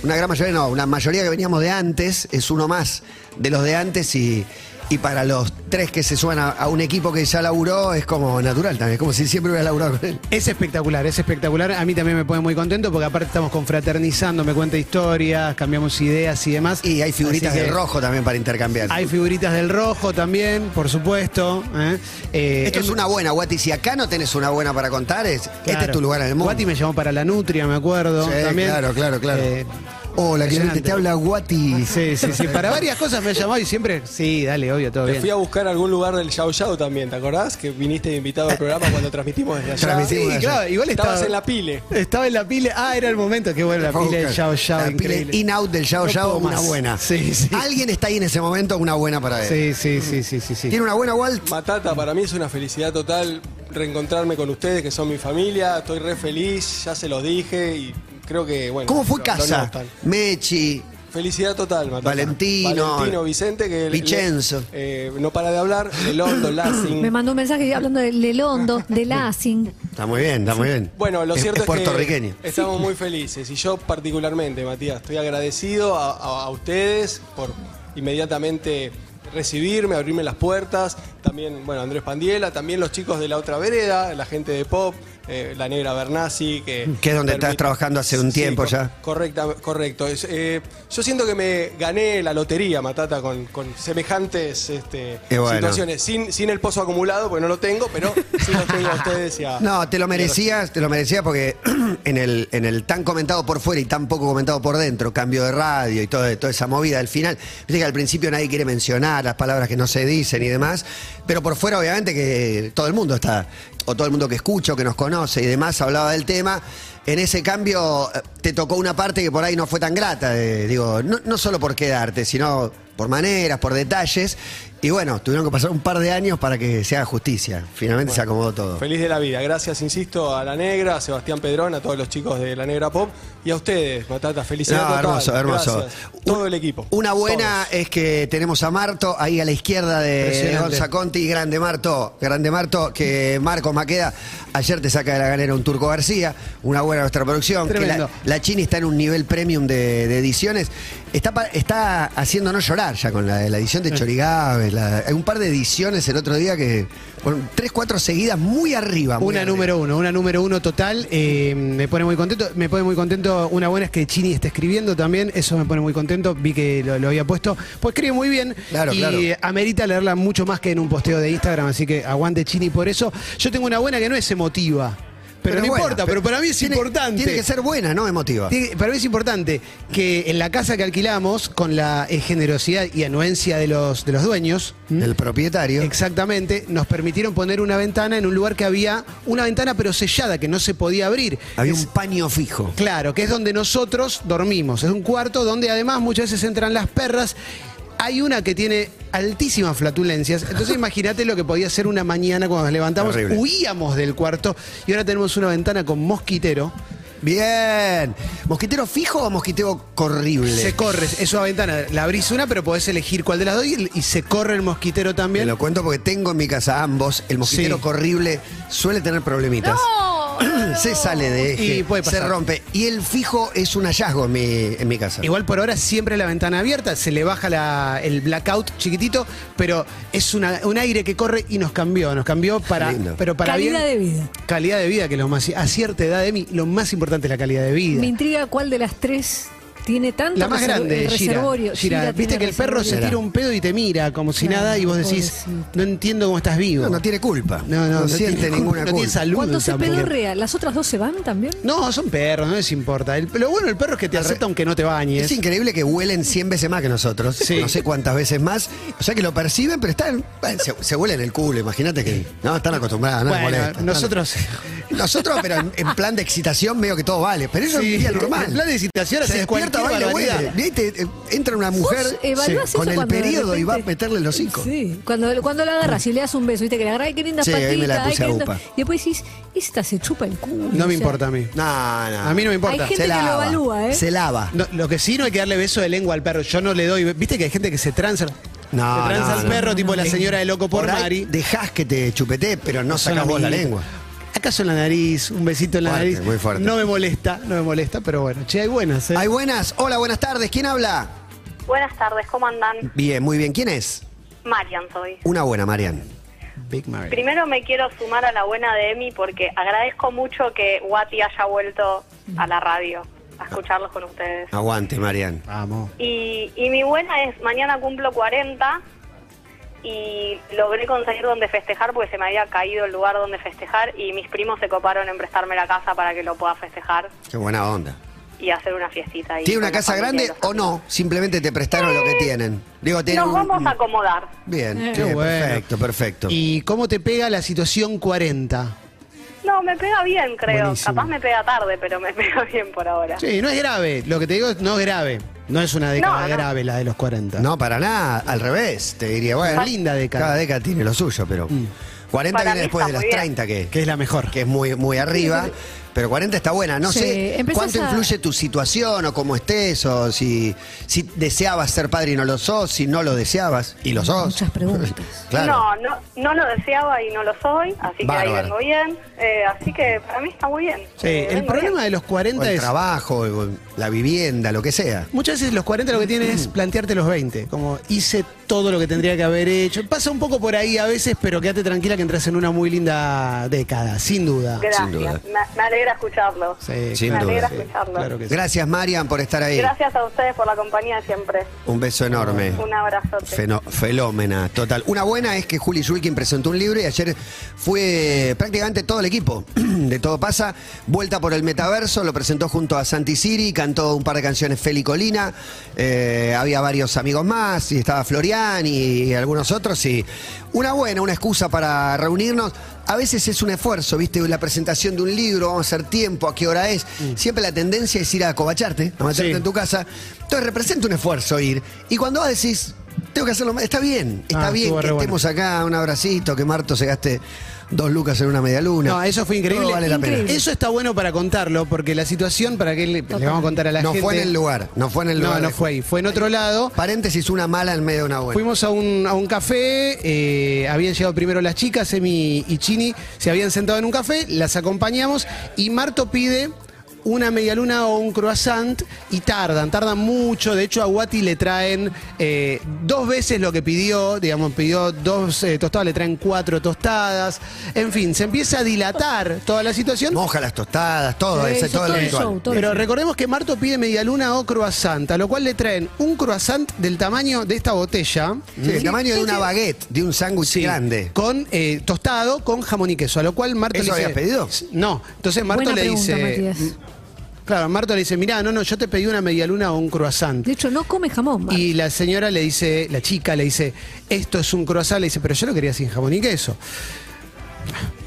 [SPEAKER 2] Una gran mayoría, no, una mayoría que veníamos de antes, es uno más de los de antes y. y para los tres que se suman a, a un equipo que ya laburó, es como natural también, es como si siempre hubiera laburado con él.
[SPEAKER 3] Es espectacular, es espectacular. A mí también me pone muy contento porque aparte estamos confraternizando, me cuenta historias, cambiamos ideas y demás.
[SPEAKER 2] Y hay figuritas
[SPEAKER 3] Así
[SPEAKER 2] de
[SPEAKER 3] que
[SPEAKER 2] rojo también para intercambiar.
[SPEAKER 3] Hay figuritas del rojo también, por supuesto. ¿eh? Eh,
[SPEAKER 2] Esto es
[SPEAKER 3] Emi-
[SPEAKER 2] una buena, Guati. Si acá no tenés una buena para contar, es, este es
[SPEAKER 3] Claro.
[SPEAKER 2] tu lugar en el mundo.
[SPEAKER 3] Guati me llamó para la nutria, me acuerdo.
[SPEAKER 2] Sí,
[SPEAKER 3] también.
[SPEAKER 2] Claro, claro, claro.
[SPEAKER 3] Eh,
[SPEAKER 2] Hola, que
[SPEAKER 3] impresionante.
[SPEAKER 2] te habla Guati.
[SPEAKER 3] Sí, sí, sí. Para varias cosas me llamó y siempre. Sí, dale, obvio, todo
[SPEAKER 5] Te
[SPEAKER 3] bien.
[SPEAKER 5] fui a buscar a algún lugar del Yao Yao también, ¿te acordás? Que viniste invitado al programa cuando transmitimos desde allá.
[SPEAKER 2] Transmitimos
[SPEAKER 3] Sí,
[SPEAKER 2] allá.
[SPEAKER 3] claro, igual estaba.
[SPEAKER 5] Estabas en la pile.
[SPEAKER 3] Estaba en la pile. Ah, era el momento. Qué bueno, la
[SPEAKER 2] Fue a
[SPEAKER 3] pile del
[SPEAKER 2] buscar.
[SPEAKER 3] Yao Yao.
[SPEAKER 2] La pila
[SPEAKER 3] increíble.
[SPEAKER 2] in-out del Yao
[SPEAKER 3] No
[SPEAKER 2] Yao,
[SPEAKER 3] puedo
[SPEAKER 2] una
[SPEAKER 3] más.
[SPEAKER 2] buena.
[SPEAKER 3] Sí, sí.
[SPEAKER 2] Alguien está ahí en ese momento, una buena para él.
[SPEAKER 3] Sí, sí, sí, sí, sí. sí.
[SPEAKER 2] ¿Tiene una buena, Walt?
[SPEAKER 5] Matata, para mí es una felicidad total reencontrarme con ustedes, que son mi familia. Estoy re feliz, ya se los dije y creo que, bueno.
[SPEAKER 2] ¿Cómo fue
[SPEAKER 5] lo- lo
[SPEAKER 2] casa?
[SPEAKER 5] notan.
[SPEAKER 2] Mechi.
[SPEAKER 5] Felicidad total, Matata.
[SPEAKER 2] Valentino.
[SPEAKER 5] Valentino, Vicente, que. le-
[SPEAKER 2] Vicenzo.
[SPEAKER 5] eh, no para de hablar. Lelondo, Lassing.
[SPEAKER 4] Me mandó un mensaje hablando de Lelondo, de Lassing.
[SPEAKER 2] Está muy bien, está muy bien.
[SPEAKER 5] Bueno, lo
[SPEAKER 2] es,
[SPEAKER 5] cierto es,
[SPEAKER 2] es puertorriqueño.
[SPEAKER 5] que estamos muy felices y yo particularmente, Matías, estoy agradecido a, a- a ustedes por inmediatamente recibirme, abrirme las puertas, también, bueno, Andrés Pandiela, también los chicos de la otra vereda, la gente de Pop, eh, la negra Bernasi, que...
[SPEAKER 2] Que es donde estás
[SPEAKER 5] permite-
[SPEAKER 2] trabajando hace un tiempo
[SPEAKER 5] cor-
[SPEAKER 2] ya.
[SPEAKER 5] Correcta, correcto. Es, eh, yo siento que me gané la lotería, Matata, con, con semejantes este,
[SPEAKER 2] Y bueno.
[SPEAKER 5] situaciones, sin, sin el pozo acumulado, porque no lo tengo, pero sí los tengo a ustedes y a-
[SPEAKER 2] No, te lo
[SPEAKER 5] y a los
[SPEAKER 2] merecías, te lo merecías porque en el, en el tan comentado por fuera y tan poco comentado por dentro, cambio de radio y todo, toda esa movida al final, viste que al principio nadie quiere mencionar, las palabras que no se dicen y demás. Pero por fuera, obviamente, que todo el mundo está, o todo el mundo que escucho, que nos conoce y demás, hablaba del tema. En ese cambio eh, te tocó una parte que por ahí no fue tan grata, de- digo, no, no solo por quedarte, sino por maneras, por detalles. Y bueno, tuvieron que pasar un par de años para que se haga justicia. Finalmente se acomodó todo.
[SPEAKER 5] Feliz de la vida. Gracias, insisto, a La Negra, a Sebastián Pedrón, a todos los chicos de La Negra Pop y a ustedes, Matata. Felicidades.
[SPEAKER 2] No, Ah, hermoso, hermoso.
[SPEAKER 5] Todo
[SPEAKER 2] Un-
[SPEAKER 5] el equipo.
[SPEAKER 2] Una buena
[SPEAKER 5] Todos.
[SPEAKER 2] es que tenemos a Marto ahí a la izquierda de, de
[SPEAKER 3] Impresionante.
[SPEAKER 2] Gonza Conti. Grande Marto, grande Marto, que Marcos Maqueda ayer te saca de la galera un Turco García. Una buena nuestra producción. que la,
[SPEAKER 3] Tremendo.
[SPEAKER 2] la Chini está en un nivel premium de, de ediciones. Está, pa- está haciéndonos llorar ya con la, la edición de Chorigabe. la- hay un par de ediciones el otro día que. con tres, cuatro seguidas muy arriba. muy
[SPEAKER 3] Una
[SPEAKER 2] arriba.
[SPEAKER 3] número uno, una número uno total. eh, me pone muy contento. Me pone muy contento. Una buena es que Chini está escribiendo también. Eso me pone muy contento. Vi que lo, lo había puesto. Pues escribe muy bien.
[SPEAKER 2] Claro,
[SPEAKER 3] y
[SPEAKER 2] claro.
[SPEAKER 3] eh, amerita leerla mucho más que en un posteo de Instagram. Así que aguante Chini por eso. Yo tengo una buena que no es emotiva. Pero, no
[SPEAKER 2] es buena,
[SPEAKER 3] importa, pero para mí es
[SPEAKER 2] tiene-
[SPEAKER 3] importante.
[SPEAKER 2] Tiene que ser buena, no emotiva.
[SPEAKER 3] Tiene- Para mí es importante que en la casa que alquilamos, con la eh, generosidad y anuencia de los, de los dueños, ¿m?
[SPEAKER 2] Del propietario.
[SPEAKER 3] Exactamente, nos permitieron poner una ventana en un lugar que había una ventana pero sellada que no se podía abrir.
[SPEAKER 2] Había
[SPEAKER 3] Es-
[SPEAKER 2] un paño fijo.
[SPEAKER 3] Claro, que es donde nosotros dormimos. Es un cuarto donde además muchas veces entran las perras. Hay una que tiene altísimas flatulencias. Entonces imagínate lo que podía ser una mañana cuando nos levantamos.
[SPEAKER 2] Terrible.
[SPEAKER 3] Huíamos del cuarto y ahora tenemos una ventana con mosquitero.
[SPEAKER 2] Bien. ¿Mosquitero fijo o mosquitero corrible?
[SPEAKER 3] Se corre, es una ventana. La abrís una, pero podés elegir cuál de las dos y, y se corre el mosquitero
[SPEAKER 2] Te
[SPEAKER 3] también.
[SPEAKER 2] lo cuento porque tengo en mi casa ambos. El mosquitero
[SPEAKER 3] Sí.
[SPEAKER 2] corrible suele tener problemitas.
[SPEAKER 4] No, no, no.
[SPEAKER 2] Se sale de eje,
[SPEAKER 3] Y puede
[SPEAKER 2] se
[SPEAKER 3] pasar.
[SPEAKER 2] rompe. Y el fijo es un hallazgo en mi, en mi casa.
[SPEAKER 3] Igual por ahora siempre la ventana abierta, se le baja la- el blackout chiquitito, pero es una- un aire que corre y nos cambió, nos cambió para,
[SPEAKER 2] Lindo.
[SPEAKER 3] pero para
[SPEAKER 4] Calidad
[SPEAKER 3] bien.
[SPEAKER 4] de vida.
[SPEAKER 3] Calidad de vida, que es lo más, a cierta edad de mí, lo más importante es la calidad de vida.
[SPEAKER 4] Me intriga cuál de las tres tiene tanto
[SPEAKER 3] la más
[SPEAKER 4] reservo-
[SPEAKER 3] grande,
[SPEAKER 4] el
[SPEAKER 3] Gira,
[SPEAKER 4] reservorio.
[SPEAKER 3] Gira,
[SPEAKER 4] Gira
[SPEAKER 3] Viste
[SPEAKER 4] tiene
[SPEAKER 3] que el perro se
[SPEAKER 4] reservorio.
[SPEAKER 3] tira un pedo y te mira como si
[SPEAKER 4] Claro,
[SPEAKER 3] nada y vos decís,
[SPEAKER 4] pobrecito.
[SPEAKER 3] no entiendo cómo estás vivo.
[SPEAKER 2] no, no tiene culpa.
[SPEAKER 3] No, no, no
[SPEAKER 2] siente
[SPEAKER 3] tiene
[SPEAKER 2] ninguna
[SPEAKER 3] culpa,
[SPEAKER 2] culpa.
[SPEAKER 3] no tiene salud
[SPEAKER 4] Cuando se
[SPEAKER 3] tampoco.
[SPEAKER 4] pedorrea, ¿las otras dos se van también?
[SPEAKER 3] No, son perros, no les importa. El- lo bueno del perro es que te acepta aunque no te
[SPEAKER 2] Es
[SPEAKER 3] bañes.
[SPEAKER 2] increíble que huelen 100 veces más que nosotros.
[SPEAKER 3] Sí.
[SPEAKER 2] No sé cuántas veces más. O sea que lo perciben, pero están. bueno, se, se huelen el culo, imagínate que. No, están acostumbrados, no les
[SPEAKER 3] bueno,
[SPEAKER 2] molesta.
[SPEAKER 3] nosotros...
[SPEAKER 2] Nosotros, pero en, en plan de excitación, veo que todo vale. Pero eso
[SPEAKER 3] Sí,
[SPEAKER 2] es normal.
[SPEAKER 3] en plan de excitación,
[SPEAKER 2] se
[SPEAKER 3] haces
[SPEAKER 2] despierta,
[SPEAKER 3] cualquier
[SPEAKER 2] baila,
[SPEAKER 3] barbaridad.
[SPEAKER 2] huele. Viste, eh, entra una
[SPEAKER 4] ¿Vos
[SPEAKER 2] mujer
[SPEAKER 4] evaluás eso
[SPEAKER 2] con el
[SPEAKER 4] cuando de
[SPEAKER 2] periodo y va a
[SPEAKER 4] repente-
[SPEAKER 2] meterle los cinco.
[SPEAKER 4] Sí, cuando, cuando la agarras y le das un beso, viste que le agarras, ay, qué linda
[SPEAKER 2] Sí, ahí me la puse a upa.
[SPEAKER 4] Y después decís, esta se chupa el culo.
[SPEAKER 3] No
[SPEAKER 4] o sea,
[SPEAKER 3] me importa a mí.
[SPEAKER 2] No, no.
[SPEAKER 3] A mí no me importa.
[SPEAKER 4] Hay gente
[SPEAKER 2] se
[SPEAKER 4] que lo
[SPEAKER 2] lava.
[SPEAKER 4] evalúa, ¿eh?
[SPEAKER 2] Se lava.
[SPEAKER 3] No, lo que sí no hay que darle beso de lengua al perro. Yo no le doy. Viste que hay gente que se tranza.
[SPEAKER 2] No,
[SPEAKER 3] se tranza
[SPEAKER 2] no,
[SPEAKER 3] al
[SPEAKER 2] no.
[SPEAKER 3] perro, tipo la señora de loco por,
[SPEAKER 2] Por ahí
[SPEAKER 3] Mari.
[SPEAKER 2] Dejás que te chupete, pero no
[SPEAKER 3] Son
[SPEAKER 2] sacas vos la
[SPEAKER 3] amiguitos.
[SPEAKER 2] lengua.
[SPEAKER 3] Acaso en la nariz, un besito en la
[SPEAKER 2] Fuerte,
[SPEAKER 3] nariz.
[SPEAKER 2] muy fuerte.
[SPEAKER 3] No me molesta, no me molesta, pero bueno. Che, hay buenas, ¿eh?
[SPEAKER 2] Hay buenas. Hola, buenas tardes. ¿Quién habla?
[SPEAKER 6] Buenas tardes, ¿cómo andan?
[SPEAKER 2] Bien, muy bien. ¿Quién es?
[SPEAKER 6] Marian soy.
[SPEAKER 2] Una buena, Marian.
[SPEAKER 3] Big Mary.
[SPEAKER 6] Primero me quiero sumar a la buena de Emi porque agradezco mucho que Wati haya vuelto a la radio a escucharlos con ustedes.
[SPEAKER 2] Aguante, Marian.
[SPEAKER 3] Vamos.
[SPEAKER 6] Y, y mi buena es, mañana cumplo 40 y logré conseguir donde festejar porque se me había caído el lugar donde festejar y mis primos se coparon en prestarme la casa para que lo pueda festejar
[SPEAKER 2] Qué buena onda.
[SPEAKER 6] y hacer una fiestita. ahí
[SPEAKER 2] ¿Tiene una
[SPEAKER 6] con la
[SPEAKER 2] casa
[SPEAKER 6] familia y
[SPEAKER 2] grande
[SPEAKER 6] los
[SPEAKER 2] o no? Simplemente te prestaron lo que tienen. Digo, tienen
[SPEAKER 6] Nos
[SPEAKER 2] un-
[SPEAKER 6] vamos a acomodar.
[SPEAKER 2] Bien,
[SPEAKER 3] Qué
[SPEAKER 2] bien,
[SPEAKER 3] bueno.
[SPEAKER 2] perfecto, perfecto.
[SPEAKER 3] ¿Y cómo te pega la situación 40?
[SPEAKER 6] No, me pega bien, creo.
[SPEAKER 3] Buenísimo.
[SPEAKER 6] Capaz me pega tarde, pero me pega bien por ahora.
[SPEAKER 3] Sí, no es grave. Lo que te digo es no es grave. No es una década
[SPEAKER 6] No, no.
[SPEAKER 3] grave la de los 40.
[SPEAKER 2] No, para nada, al revés, te diría. Bueno,
[SPEAKER 3] Una linda década. Mm.
[SPEAKER 2] Cada década tiene lo suyo, pero 40
[SPEAKER 6] Para
[SPEAKER 2] viene
[SPEAKER 6] mí
[SPEAKER 2] después de
[SPEAKER 6] está
[SPEAKER 2] las
[SPEAKER 6] muy bien.
[SPEAKER 2] 30, que,
[SPEAKER 3] Que es la mejor.
[SPEAKER 2] que es muy, muy arriba. Pero 40 está buena. No
[SPEAKER 4] Sí,
[SPEAKER 2] sé
[SPEAKER 4] empezás
[SPEAKER 2] cuánto
[SPEAKER 4] a-
[SPEAKER 2] influye tu situación o cómo estés, o si, si deseabas ser padre y no lo sos, si no lo deseabas y lo sos.
[SPEAKER 4] Muchas preguntas.
[SPEAKER 2] claro.
[SPEAKER 6] No, no, no lo deseaba y no lo soy, así que
[SPEAKER 2] Bárbaro.
[SPEAKER 6] ahí vengo bien. Eh, así que para mí está muy bien.
[SPEAKER 3] Sí,
[SPEAKER 6] Eh,
[SPEAKER 3] el
[SPEAKER 6] vengo
[SPEAKER 3] problema
[SPEAKER 6] bien.
[SPEAKER 3] de los
[SPEAKER 2] O
[SPEAKER 3] 40
[SPEAKER 2] el
[SPEAKER 3] es.
[SPEAKER 2] trabajo, o la vivienda, lo que sea.
[SPEAKER 3] Muchas veces los 40 lo que tienen
[SPEAKER 2] Mm.
[SPEAKER 3] es plantearte los 20, como hice todo lo que tendría que haber hecho. Pasa un poco por ahí a veces, pero quédate tranquila que entras en una muy linda década, sin duda.
[SPEAKER 6] Gracias,
[SPEAKER 2] sin duda.
[SPEAKER 6] Me, me alegra escucharlo.
[SPEAKER 3] Sí,
[SPEAKER 2] Sin
[SPEAKER 6] me
[SPEAKER 3] claro,
[SPEAKER 6] alegra
[SPEAKER 2] duda.
[SPEAKER 3] sí,
[SPEAKER 6] escucharlo.
[SPEAKER 3] claro que sí.
[SPEAKER 2] Gracias, Marian, por estar ahí.
[SPEAKER 6] Gracias a ustedes por la compañía siempre.
[SPEAKER 2] Un beso enorme.
[SPEAKER 6] Un abrazote.
[SPEAKER 2] Feno- Fenómena, total. Una buena es que Juli Shulkin presentó un libro y ayer fue prácticamente todo el equipo de Todo Pasa. Vuelta por el metaverso, lo presentó junto a Santi Siri, cantó un par de canciones Feli Colina, eh, había varios amigos más y estaba Florian. Fabián y, y algunos otros. Y una buena, una excusa para reunirnos. A veces es un esfuerzo, ¿viste? La presentación de un libro, vamos a hacer tiempo, a qué hora es. Siempre la tendencia es ir a cobacharte, a meterte
[SPEAKER 3] Sí.
[SPEAKER 2] en tu casa. Entonces representa un esfuerzo ir. Y cuando vos decís, tengo que hacerlo más, está bien, está
[SPEAKER 3] Ah,
[SPEAKER 2] bien
[SPEAKER 3] estuvo
[SPEAKER 2] que
[SPEAKER 3] re bueno.
[SPEAKER 2] estemos acá, un abracito, que Marto se gaste dos lucas en una media luna.
[SPEAKER 3] No, eso fue increíble.
[SPEAKER 2] Todo vale la pena.
[SPEAKER 4] Increíble.
[SPEAKER 3] Eso está bueno para contarlo, porque la situación, para que le, le vamos a contar a la
[SPEAKER 2] no
[SPEAKER 3] gente.
[SPEAKER 2] fue en el lugar, no fue en el lugar. Eh,
[SPEAKER 3] No, no fue ahí, fue en otro lado.
[SPEAKER 2] Paréntesis, una mala en medio de una buena.
[SPEAKER 3] Fuimos a un, a un café, eh, habían llegado primero las chicas, Emi y Chini, se habían sentado en un café, las acompañamos y Marto pide una medialuna o un croissant y tardan, tardan mucho. De hecho, a Guati le traen eh, dos veces lo que pidió, digamos, pidió dos eh, tostadas, le traen cuatro tostadas. En fin, se empieza a dilatar toda la situación.
[SPEAKER 2] Moja las tostadas, todo,
[SPEAKER 4] Sí,
[SPEAKER 2] ese,
[SPEAKER 4] sí,
[SPEAKER 2] todo el
[SPEAKER 4] todo el
[SPEAKER 2] ritual.
[SPEAKER 4] show, todo.
[SPEAKER 3] Pero recordemos que Marto pide medialuna o croissant, a lo cual le traen un croissant del tamaño de esta botella.
[SPEAKER 2] Sí, el tamaño de una baguette, de un sándwich
[SPEAKER 3] Sí,
[SPEAKER 2] grande.
[SPEAKER 3] Con eh, tostado, con jamón y queso. A lo cual Marto
[SPEAKER 2] ¿Eso
[SPEAKER 3] le dice.
[SPEAKER 2] habías pedido?
[SPEAKER 3] No. Entonces Marto
[SPEAKER 4] Buena
[SPEAKER 3] le
[SPEAKER 4] pregunta,
[SPEAKER 3] dice. "Mm,
[SPEAKER 4] Matías.
[SPEAKER 3] Claro, Marto le dice, mirá, no, no, yo te pedí una medialuna o un croissant.
[SPEAKER 4] De hecho, no come jamón, Mar.
[SPEAKER 3] Y la señora le dice, la chica le dice, esto es un croissant, le dice, pero yo lo quería sin jamón y queso.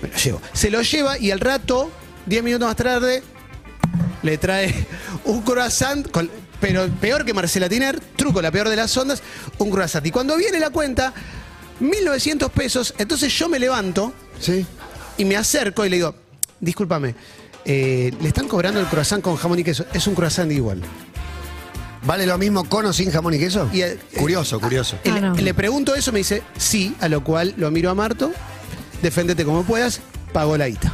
[SPEAKER 3] Me lo llevo. Se lo lleva y al rato, 10 minutos más tarde, le trae un croissant, con- pero peor que Marcela Tiner, truco, la peor de las ondas, un croissant. Y cuando viene la cuenta, 1900 pesos, entonces yo me levanto
[SPEAKER 2] Sí.
[SPEAKER 3] y me acerco y le digo, discúlpame, eh, le están cobrando el croissant con jamón y queso, es un croissant igual.
[SPEAKER 2] ¿Vale lo mismo con o sin jamón y queso?
[SPEAKER 3] Y, eh,
[SPEAKER 2] curioso, curioso.
[SPEAKER 3] Y
[SPEAKER 4] Ah,
[SPEAKER 3] le-
[SPEAKER 4] no.
[SPEAKER 3] Le pregunto eso, me dice sí, a lo cual lo miro a Marto, deféndete como puedas, pagó la guita.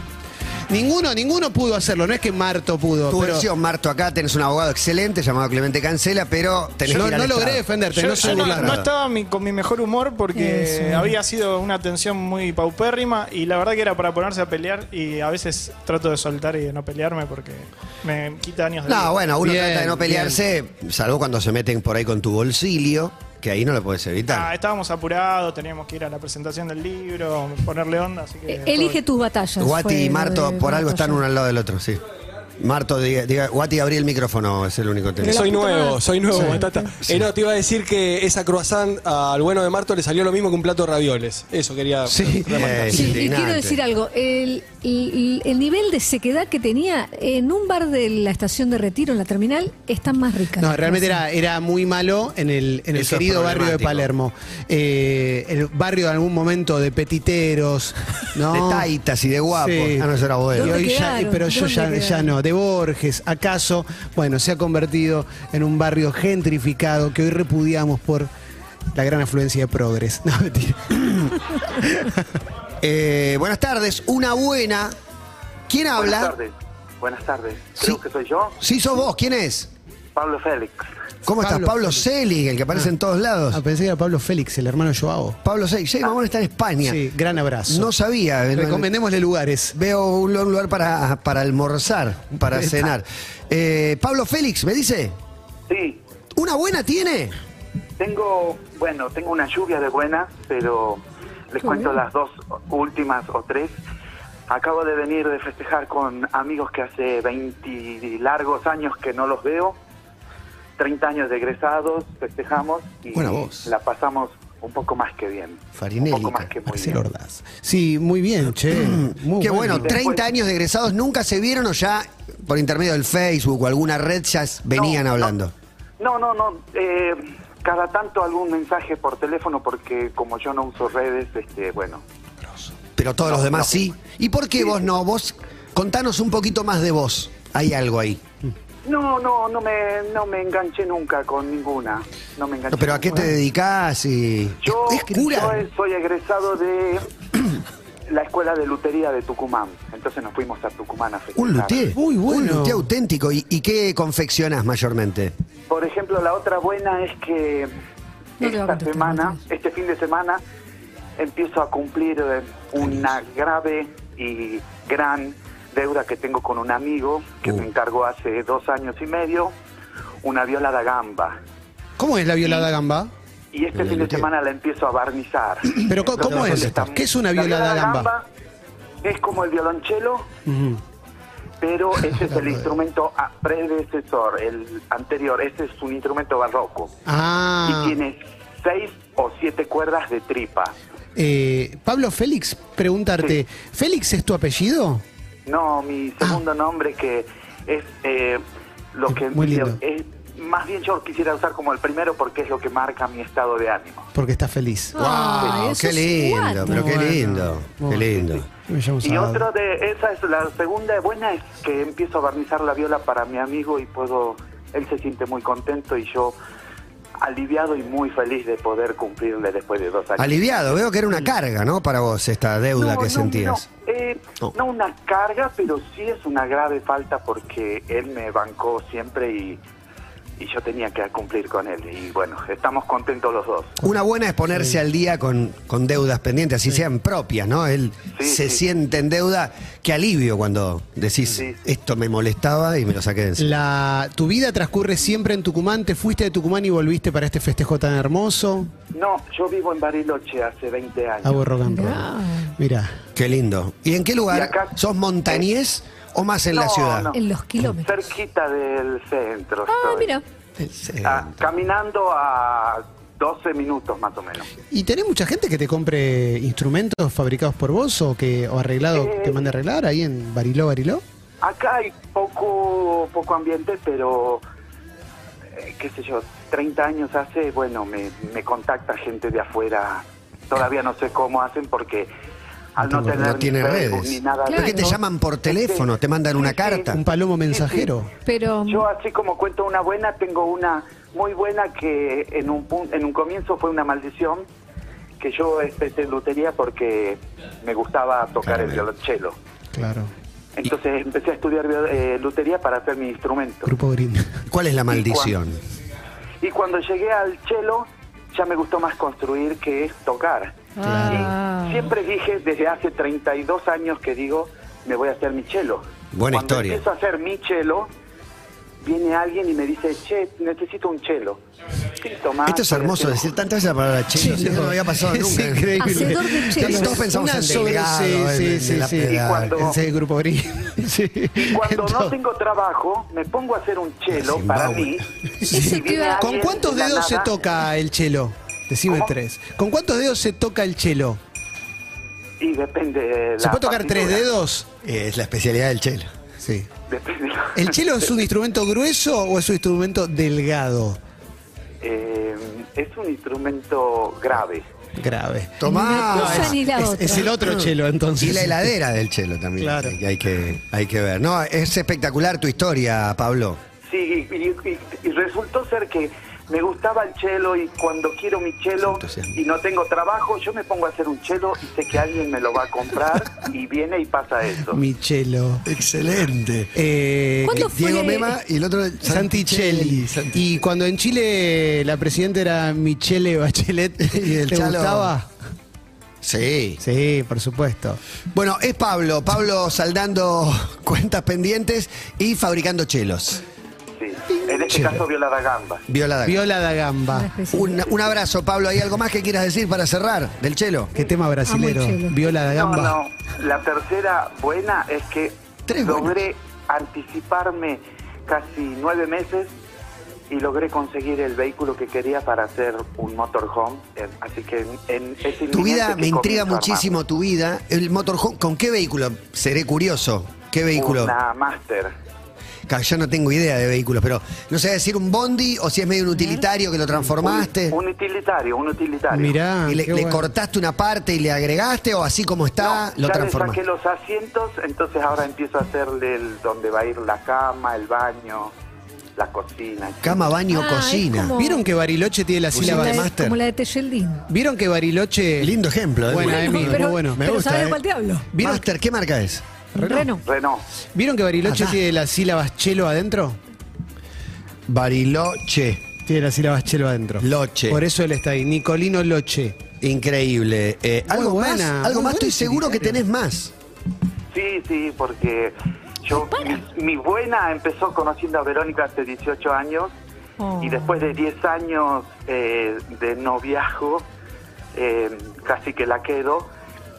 [SPEAKER 3] Ninguno, ninguno pudo hacerlo, no es que Marto pudo.
[SPEAKER 2] tu
[SPEAKER 3] pero
[SPEAKER 2] versión, Marto, acá tenés un abogado excelente llamado Clemente Cancela, pero tenés
[SPEAKER 3] yo
[SPEAKER 2] que ir al
[SPEAKER 3] no logré
[SPEAKER 2] estrado.
[SPEAKER 3] defenderte,
[SPEAKER 7] Yo,
[SPEAKER 3] no soy
[SPEAKER 7] yo no,
[SPEAKER 3] burlado.
[SPEAKER 7] no estaba mi- con mi mejor humor porque
[SPEAKER 4] Eso.
[SPEAKER 7] había sido una tensión muy paupérrima y la verdad que era para ponerse a pelear y a veces trato de soltar y de no pelearme porque me quita años de vida.
[SPEAKER 2] No, Ah, bueno, uno
[SPEAKER 3] Bien,
[SPEAKER 2] trata de no pelearse, salvo cuando se meten por ahí con tu bolsillo, que ahí no lo puedes
[SPEAKER 7] Ah,
[SPEAKER 2] evitar.
[SPEAKER 7] estábamos apurados, teníamos que ir a la presentación del libro, ponerle onda, así que...
[SPEAKER 4] Eh, Elige tus batallas. fue
[SPEAKER 2] Guati y
[SPEAKER 4] lo
[SPEAKER 2] Marto
[SPEAKER 4] de
[SPEAKER 2] por algo están
[SPEAKER 4] batalla.
[SPEAKER 2] uno al lado del otro, sí. Marto, diga, diga- Guati, abrí el micrófono, es el único tema.
[SPEAKER 5] Soy
[SPEAKER 4] puta
[SPEAKER 5] nuevo,
[SPEAKER 4] madre.
[SPEAKER 5] soy nuevo, Batata. Eh, no, te iba a decir que esa croissant al bueno de Marto le salió lo mismo que un plato de ravioles. Eso quería
[SPEAKER 3] Sí.
[SPEAKER 5] remarcar.
[SPEAKER 2] Eh,
[SPEAKER 4] Sí, y
[SPEAKER 2] indignante.
[SPEAKER 4] quiero decir algo. El, el- el nivel de sequedad que tenía en un bar de la estación de retiro, en la terminal, está más rica.
[SPEAKER 3] No, realmente era, era muy malo en el, en el
[SPEAKER 2] Eso es
[SPEAKER 3] querido barrio de
[SPEAKER 2] problemático.
[SPEAKER 3] Palermo. Eh, el barrio de algún momento de petiteros, ¿no?
[SPEAKER 2] De taitas y de guapos.
[SPEAKER 3] Sí.
[SPEAKER 2] Ah, no, eso era
[SPEAKER 3] Y
[SPEAKER 2] bodega.
[SPEAKER 4] ¿Dónde
[SPEAKER 3] hoy ya-
[SPEAKER 4] quedaron?
[SPEAKER 3] pero yo
[SPEAKER 4] ¿Dónde
[SPEAKER 3] ya,
[SPEAKER 4] quedaron?
[SPEAKER 3] ya no. De Borges, ¿acaso? Bueno, se ha convertido en un barrio gentrificado que hoy repudiamos por la gran afluencia de progres. No, mentira.
[SPEAKER 2] Eh, buenas tardes, una buena. ¿Quién habla?
[SPEAKER 8] Buenas tardes. Buenas tardes.
[SPEAKER 2] Sí.
[SPEAKER 8] Creo que soy yo,
[SPEAKER 2] Sí, sos vos, ¿quién es?
[SPEAKER 8] Pablo Félix.
[SPEAKER 2] ¿Cómo estás?
[SPEAKER 3] Pablo
[SPEAKER 2] Pablo Selig, el que aparece en todos lados.
[SPEAKER 3] Ah, pensé que era Pablo Félix, el hermano Joao.
[SPEAKER 2] Pablo Selig, Jay Mamón está en España.
[SPEAKER 3] Sí, gran abrazo.
[SPEAKER 2] No sabía. eh, no-
[SPEAKER 3] Recomendémosle lugares.
[SPEAKER 2] Veo un lu- un lugar para, para almorzar, para
[SPEAKER 3] Está.
[SPEAKER 2] cenar. Eh, Pablo Félix, ¿me dice?
[SPEAKER 8] Sí,
[SPEAKER 2] ¿Una buena tiene?
[SPEAKER 8] tengo, bueno, tengo una lluvia de buenas, pero les cuento las dos últimas o tres. Acabo de venir de festejar con amigos que hace 20 largos años que no los veo. 30 años de egresados, festejamos y
[SPEAKER 2] Buena voz.
[SPEAKER 8] la pasamos un poco más que bien.
[SPEAKER 2] Farinelli,
[SPEAKER 8] Un poco más que muy
[SPEAKER 3] Axel
[SPEAKER 8] bien.
[SPEAKER 3] Ordaz. Sí, muy bien, che. Muy
[SPEAKER 2] Qué bueno, 30
[SPEAKER 8] Después-
[SPEAKER 2] años de egresados, ¿nunca se vieron o ya por intermedio del Facebook o alguna red ya s- venían
[SPEAKER 8] No,
[SPEAKER 2] hablando?
[SPEAKER 8] No, no, no. no, eh, cada tanto algún mensaje por teléfono porque como yo no uso redes, este, bueno.
[SPEAKER 2] Pero todos los demás sí. ¿Y por qué vos no? Vos, contanos un poquito más de vos. Hay algo ahí.
[SPEAKER 8] No, no, no me, no me enganché nunca con ninguna. No me enganché.
[SPEAKER 2] No, pero ¿a qué te
[SPEAKER 8] ninguna.
[SPEAKER 2] dedicás? Y...
[SPEAKER 8] Yo,
[SPEAKER 2] ¿Es cura?
[SPEAKER 8] yo soy egresado de la escuela de lutería de Tucumán. Entonces nos fuimos a Tucumán a festejar.
[SPEAKER 2] Un luté.
[SPEAKER 3] Muy bueno.
[SPEAKER 2] Ah, Un luté auténtico. ¿Y, y qué confeccionás mayormente?
[SPEAKER 8] Por ejemplo, la otra buena es que
[SPEAKER 4] No te va a
[SPEAKER 8] esta
[SPEAKER 4] contestar,
[SPEAKER 8] semana,
[SPEAKER 4] Matías.
[SPEAKER 8] este fin de semana, empiezo a cumplir eh, una grave y gran deuda que tengo con un amigo que
[SPEAKER 2] Uh.
[SPEAKER 8] me encargó hace dos años y medio una viola da gamba.
[SPEAKER 3] ¿Cómo es la violada gamba?
[SPEAKER 8] Y este fin de semana la empiezo a barnizar.
[SPEAKER 3] Pero, ¿cómo-
[SPEAKER 8] Entonces,
[SPEAKER 3] cómo es
[SPEAKER 8] está-
[SPEAKER 3] esto? ¿Qué es una
[SPEAKER 8] la
[SPEAKER 3] viola da
[SPEAKER 8] da
[SPEAKER 3] gamba?
[SPEAKER 8] Es como el violonchelo, pero
[SPEAKER 3] Ah,
[SPEAKER 8] ese es el instrumento ah, predecesor, el anterior. Este es un instrumento barroco
[SPEAKER 3] Ah.
[SPEAKER 8] y tiene seis o siete cuerdas de tripa.
[SPEAKER 3] Eh, Pablo Félix, preguntarte, ¿Félix es tu apellido?
[SPEAKER 8] No, mi segundo nombre que es eh, lo
[SPEAKER 3] Ah. Es
[SPEAKER 8] que
[SPEAKER 3] muy lindo.
[SPEAKER 8] es- más bien yo quisiera usar como el primero porque es lo que marca mi estado de ánimo.
[SPEAKER 3] Porque estás feliz.
[SPEAKER 4] Ay,
[SPEAKER 2] ¡Wow!
[SPEAKER 4] eso
[SPEAKER 2] ¡Qué
[SPEAKER 4] es
[SPEAKER 2] lindo!
[SPEAKER 4] guato.
[SPEAKER 2] Pero qué
[SPEAKER 3] Bueno,
[SPEAKER 2] lindo. Qué
[SPEAKER 3] bueno.
[SPEAKER 2] lindo.
[SPEAKER 3] Me llamo
[SPEAKER 8] Y
[SPEAKER 3] Saad.
[SPEAKER 8] otra de esa es la segunda buena es que empiezo a barnizar la viola para mi amigo y puedo él se siente muy contento y yo aliviado y muy feliz de poder cumplirle después de dos años.
[SPEAKER 2] Aliviado, veo que era una carga, ¿no? Para vos, esta deuda que sentías.
[SPEAKER 8] No, eh,
[SPEAKER 2] Oh.
[SPEAKER 8] no una carga, pero sí es una grave falta porque él me bancó siempre y, y yo tenía que cumplir con él. Y bueno, estamos contentos los dos.
[SPEAKER 2] Una buena es ponerse al día con, con deudas pendientes, así sean propias, ¿no? Él
[SPEAKER 8] Sí,
[SPEAKER 2] se
[SPEAKER 8] sí.
[SPEAKER 2] siente en deuda. Qué alivio cuando decís,
[SPEAKER 8] Sí.
[SPEAKER 2] esto me molestaba y me lo saqué de encima.
[SPEAKER 3] La, tu vida transcurre siempre en Tucumán, te fuiste de Tucumán y volviste para este festejo tan hermoso.
[SPEAKER 8] No, yo vivo en Bariloche hace 20 años.
[SPEAKER 3] Hago rock and roll. Mira,
[SPEAKER 2] Qué lindo. ¿Y en qué lugar?
[SPEAKER 8] Y acá-
[SPEAKER 2] ¿Sos montañés o más en la
[SPEAKER 8] No,
[SPEAKER 2] ciudad?
[SPEAKER 8] no.
[SPEAKER 4] En los kilómetros.
[SPEAKER 8] Cerquita del centro.
[SPEAKER 4] Ah,
[SPEAKER 8] estoy.
[SPEAKER 4] mira.
[SPEAKER 2] Sí.
[SPEAKER 8] Ah, caminando a 12 minutos más o menos.
[SPEAKER 3] ¿y tenés mucha gente que te compre instrumentos fabricados por vos o que o arreglado
[SPEAKER 8] Eh.
[SPEAKER 3] te mande a arreglar ahí en Bariló, Bariló?
[SPEAKER 8] Acá hay poco, poco ambiente, pero eh, qué sé yo, 30 años hace, bueno, me, me contacta gente de afuera. Todavía no sé cómo hacen porque al no,
[SPEAKER 2] No
[SPEAKER 8] tener ni
[SPEAKER 2] tiene
[SPEAKER 8] Facebook
[SPEAKER 2] redes.
[SPEAKER 8] ni nada.
[SPEAKER 2] ¿Pero qué te
[SPEAKER 4] Claro.
[SPEAKER 2] llaman por teléfono? ¿Te mandan una
[SPEAKER 8] Sí, sí.
[SPEAKER 2] carta?
[SPEAKER 3] Un palomo mensajero.
[SPEAKER 4] Pero. mm,
[SPEAKER 8] Yo así como cuento una buena, tengo una muy buena que en un, pun- en un comienzo fue una maldición que yo empecé en lutería porque me gustaba tocar el violonchelo.
[SPEAKER 3] Claro.
[SPEAKER 8] Entonces empecé a estudiar viol- eh, lutería para hacer mi instrumento.
[SPEAKER 3] Grupo Green.
[SPEAKER 2] ¿Cuál es la maldición?
[SPEAKER 8] Y cuando llegué al chelo, ya me gustó más construir que tocar.
[SPEAKER 4] Ah.
[SPEAKER 8] Y siempre dije, desde hace 32 años que digo, me voy a hacer mi chelo.
[SPEAKER 2] Buena
[SPEAKER 8] cuando
[SPEAKER 2] historia.
[SPEAKER 8] empiezo a hacer mi chelo, viene alguien y me dice, che, necesito un chelo. Sí, tomá,
[SPEAKER 2] Esto es
[SPEAKER 8] voy a
[SPEAKER 2] hermoso,
[SPEAKER 8] hacer-
[SPEAKER 2] decir tantas veces la palabra chelo.
[SPEAKER 3] Chelo.
[SPEAKER 2] Eso no había pasado
[SPEAKER 3] Es
[SPEAKER 2] nunca.
[SPEAKER 3] increíble.
[SPEAKER 4] Hacedor de chelos.
[SPEAKER 2] Todos pensamos
[SPEAKER 3] Una
[SPEAKER 2] en
[SPEAKER 3] sobre-
[SPEAKER 2] delgado,
[SPEAKER 3] sí,
[SPEAKER 2] en-
[SPEAKER 3] sí,
[SPEAKER 2] en
[SPEAKER 3] sí,
[SPEAKER 2] la
[SPEAKER 3] sí.
[SPEAKER 2] pegada.
[SPEAKER 8] Y cuando-
[SPEAKER 3] Ese Grupo Green. Sí.
[SPEAKER 8] Cuando no
[SPEAKER 3] Entonces-
[SPEAKER 8] tengo trabajo, me pongo a hacer un chelo
[SPEAKER 2] Zimbabue.
[SPEAKER 8] para mí.
[SPEAKER 4] Ese te iba-
[SPEAKER 3] ¿Con
[SPEAKER 8] Bien,
[SPEAKER 3] cuántos
[SPEAKER 8] de la
[SPEAKER 3] dedos se
[SPEAKER 8] nada.
[SPEAKER 3] toca el chelo? Decime
[SPEAKER 8] ¿Cómo?
[SPEAKER 3] tres. ¿Con cuántos dedos se toca el chelo?
[SPEAKER 8] Y depende. de
[SPEAKER 3] ¿Se
[SPEAKER 8] la
[SPEAKER 3] puede tocar tres
[SPEAKER 8] partitura.
[SPEAKER 3] dedos?
[SPEAKER 2] Eh, Es la especialidad del chelo.
[SPEAKER 3] Sí.
[SPEAKER 8] Depende.
[SPEAKER 3] ¿El chelo es un instrumento grueso o es un instrumento delgado?
[SPEAKER 8] Eh, es un instrumento grave.
[SPEAKER 3] Grave.
[SPEAKER 4] Ni
[SPEAKER 2] Tomá.
[SPEAKER 4] una cosa ni la
[SPEAKER 3] es,
[SPEAKER 4] otra.
[SPEAKER 3] es el otro chelo, entonces.
[SPEAKER 2] Mm. Y la heladera del chelo también.
[SPEAKER 3] Claro.
[SPEAKER 2] que hay, que, hay que ver. No, es espectacular tu historia, Pablo.
[SPEAKER 8] Sí, y, y- y- y resultó ser que me gustaba el chelo y cuando quiero mi chelo
[SPEAKER 2] entusiasmo.
[SPEAKER 8] y no tengo trabajo, yo me pongo a hacer un chelo y sé que alguien me lo va a comprar y viene y pasa eso.
[SPEAKER 3] Mi chelo.
[SPEAKER 2] Excelente.
[SPEAKER 3] Eh,
[SPEAKER 4] ¿Cuándo fue?
[SPEAKER 2] Diego Mema y el otro
[SPEAKER 3] Santicelli.
[SPEAKER 2] Santicelli.
[SPEAKER 3] Y cuando en Chile la presidenta era Michelle Bachelet,
[SPEAKER 2] Y el
[SPEAKER 3] ¿te
[SPEAKER 2] Chalo.
[SPEAKER 3] gustaba?
[SPEAKER 2] Sí.
[SPEAKER 3] Sí, por supuesto.
[SPEAKER 2] Bueno, es Pablo. Pablo saldando cuentas pendientes y fabricando chelos.
[SPEAKER 8] Sí. En este
[SPEAKER 2] Chelo.
[SPEAKER 8] caso viola la gamba.
[SPEAKER 2] Viola Daga.
[SPEAKER 3] Viola da gamba.
[SPEAKER 2] Un, un abrazo, Pablo. ¿Hay algo más que quieras decir para cerrar del chelo?
[SPEAKER 3] Qué tema brasilero.
[SPEAKER 4] Amo el chelo.
[SPEAKER 3] Viola da
[SPEAKER 8] No,
[SPEAKER 3] gamba.
[SPEAKER 8] no. La tercera buena es que
[SPEAKER 2] Tres
[SPEAKER 8] logré anticiparme casi nueve meses y logré conseguir el vehículo que quería para hacer un motorhome. Eh, Así que en, en- es
[SPEAKER 2] Tu vida
[SPEAKER 8] inminente que
[SPEAKER 2] me intriga
[SPEAKER 8] comienzo a armar
[SPEAKER 2] muchísimo, tu vida. El motorhome, ¿con qué vehículo? Seré curioso. ¿Qué vehículo?
[SPEAKER 8] Una Master.
[SPEAKER 2] Claro, yo no tengo idea de vehículos, pero no sé decir un bondi o si es medio un utilitario que lo transformaste.
[SPEAKER 8] Un utilitario, un utilitario.
[SPEAKER 3] Mirá.
[SPEAKER 2] y le,
[SPEAKER 3] qué
[SPEAKER 2] le
[SPEAKER 3] bueno.
[SPEAKER 2] cortaste una parte y le agregaste o así como está,
[SPEAKER 8] No,
[SPEAKER 2] lo
[SPEAKER 8] ya le
[SPEAKER 2] transformaste.
[SPEAKER 8] saqué los asientos, entonces ahora empiezo a hacerle el, donde va a ir la cama, el baño, la cocina.
[SPEAKER 2] Cama, baño,
[SPEAKER 4] Ah, es
[SPEAKER 2] cocina.
[SPEAKER 4] como-
[SPEAKER 3] ¿Vieron que Bariloche tiene la
[SPEAKER 2] la
[SPEAKER 4] Como
[SPEAKER 3] sílaba
[SPEAKER 4] la
[SPEAKER 2] de
[SPEAKER 3] de
[SPEAKER 4] de-
[SPEAKER 3] más?
[SPEAKER 2] Master.
[SPEAKER 4] Como la de Tejeldín.
[SPEAKER 3] ¿Vieron que Bariloche.
[SPEAKER 2] Lindo ejemplo, ¿eh?
[SPEAKER 3] Bueno, Emi, muy
[SPEAKER 4] pero,
[SPEAKER 3] bueno. Me
[SPEAKER 4] pero
[SPEAKER 3] gusta.
[SPEAKER 4] ¿sabes
[SPEAKER 3] eh.
[SPEAKER 4] de cuál te hablo?
[SPEAKER 2] ¿Vieron- Master, ¿qué marca es?
[SPEAKER 4] Reno.
[SPEAKER 8] Renault.
[SPEAKER 3] ¿Vieron que Bariloche
[SPEAKER 2] Ah, va.
[SPEAKER 3] tiene las sílabas chelo adentro?
[SPEAKER 2] Bariloche.
[SPEAKER 3] Tiene las sílabas chelo adentro.
[SPEAKER 2] Loche.
[SPEAKER 3] Por eso él está ahí. Nicolino Loche.
[SPEAKER 2] Increíble. Eh,
[SPEAKER 3] Muy
[SPEAKER 2] algo
[SPEAKER 3] buena,
[SPEAKER 2] más, algo
[SPEAKER 3] muy
[SPEAKER 2] más,
[SPEAKER 3] buen
[SPEAKER 2] estoy seguro que
[SPEAKER 3] utilitario.
[SPEAKER 2] tenés más.
[SPEAKER 8] Sí, sí, porque yo, mi, mi buena empezó conociendo a Verónica hace 18 años
[SPEAKER 4] Oh.
[SPEAKER 8] y después de 10 años eh, de noviazgo, eh, casi que la quedo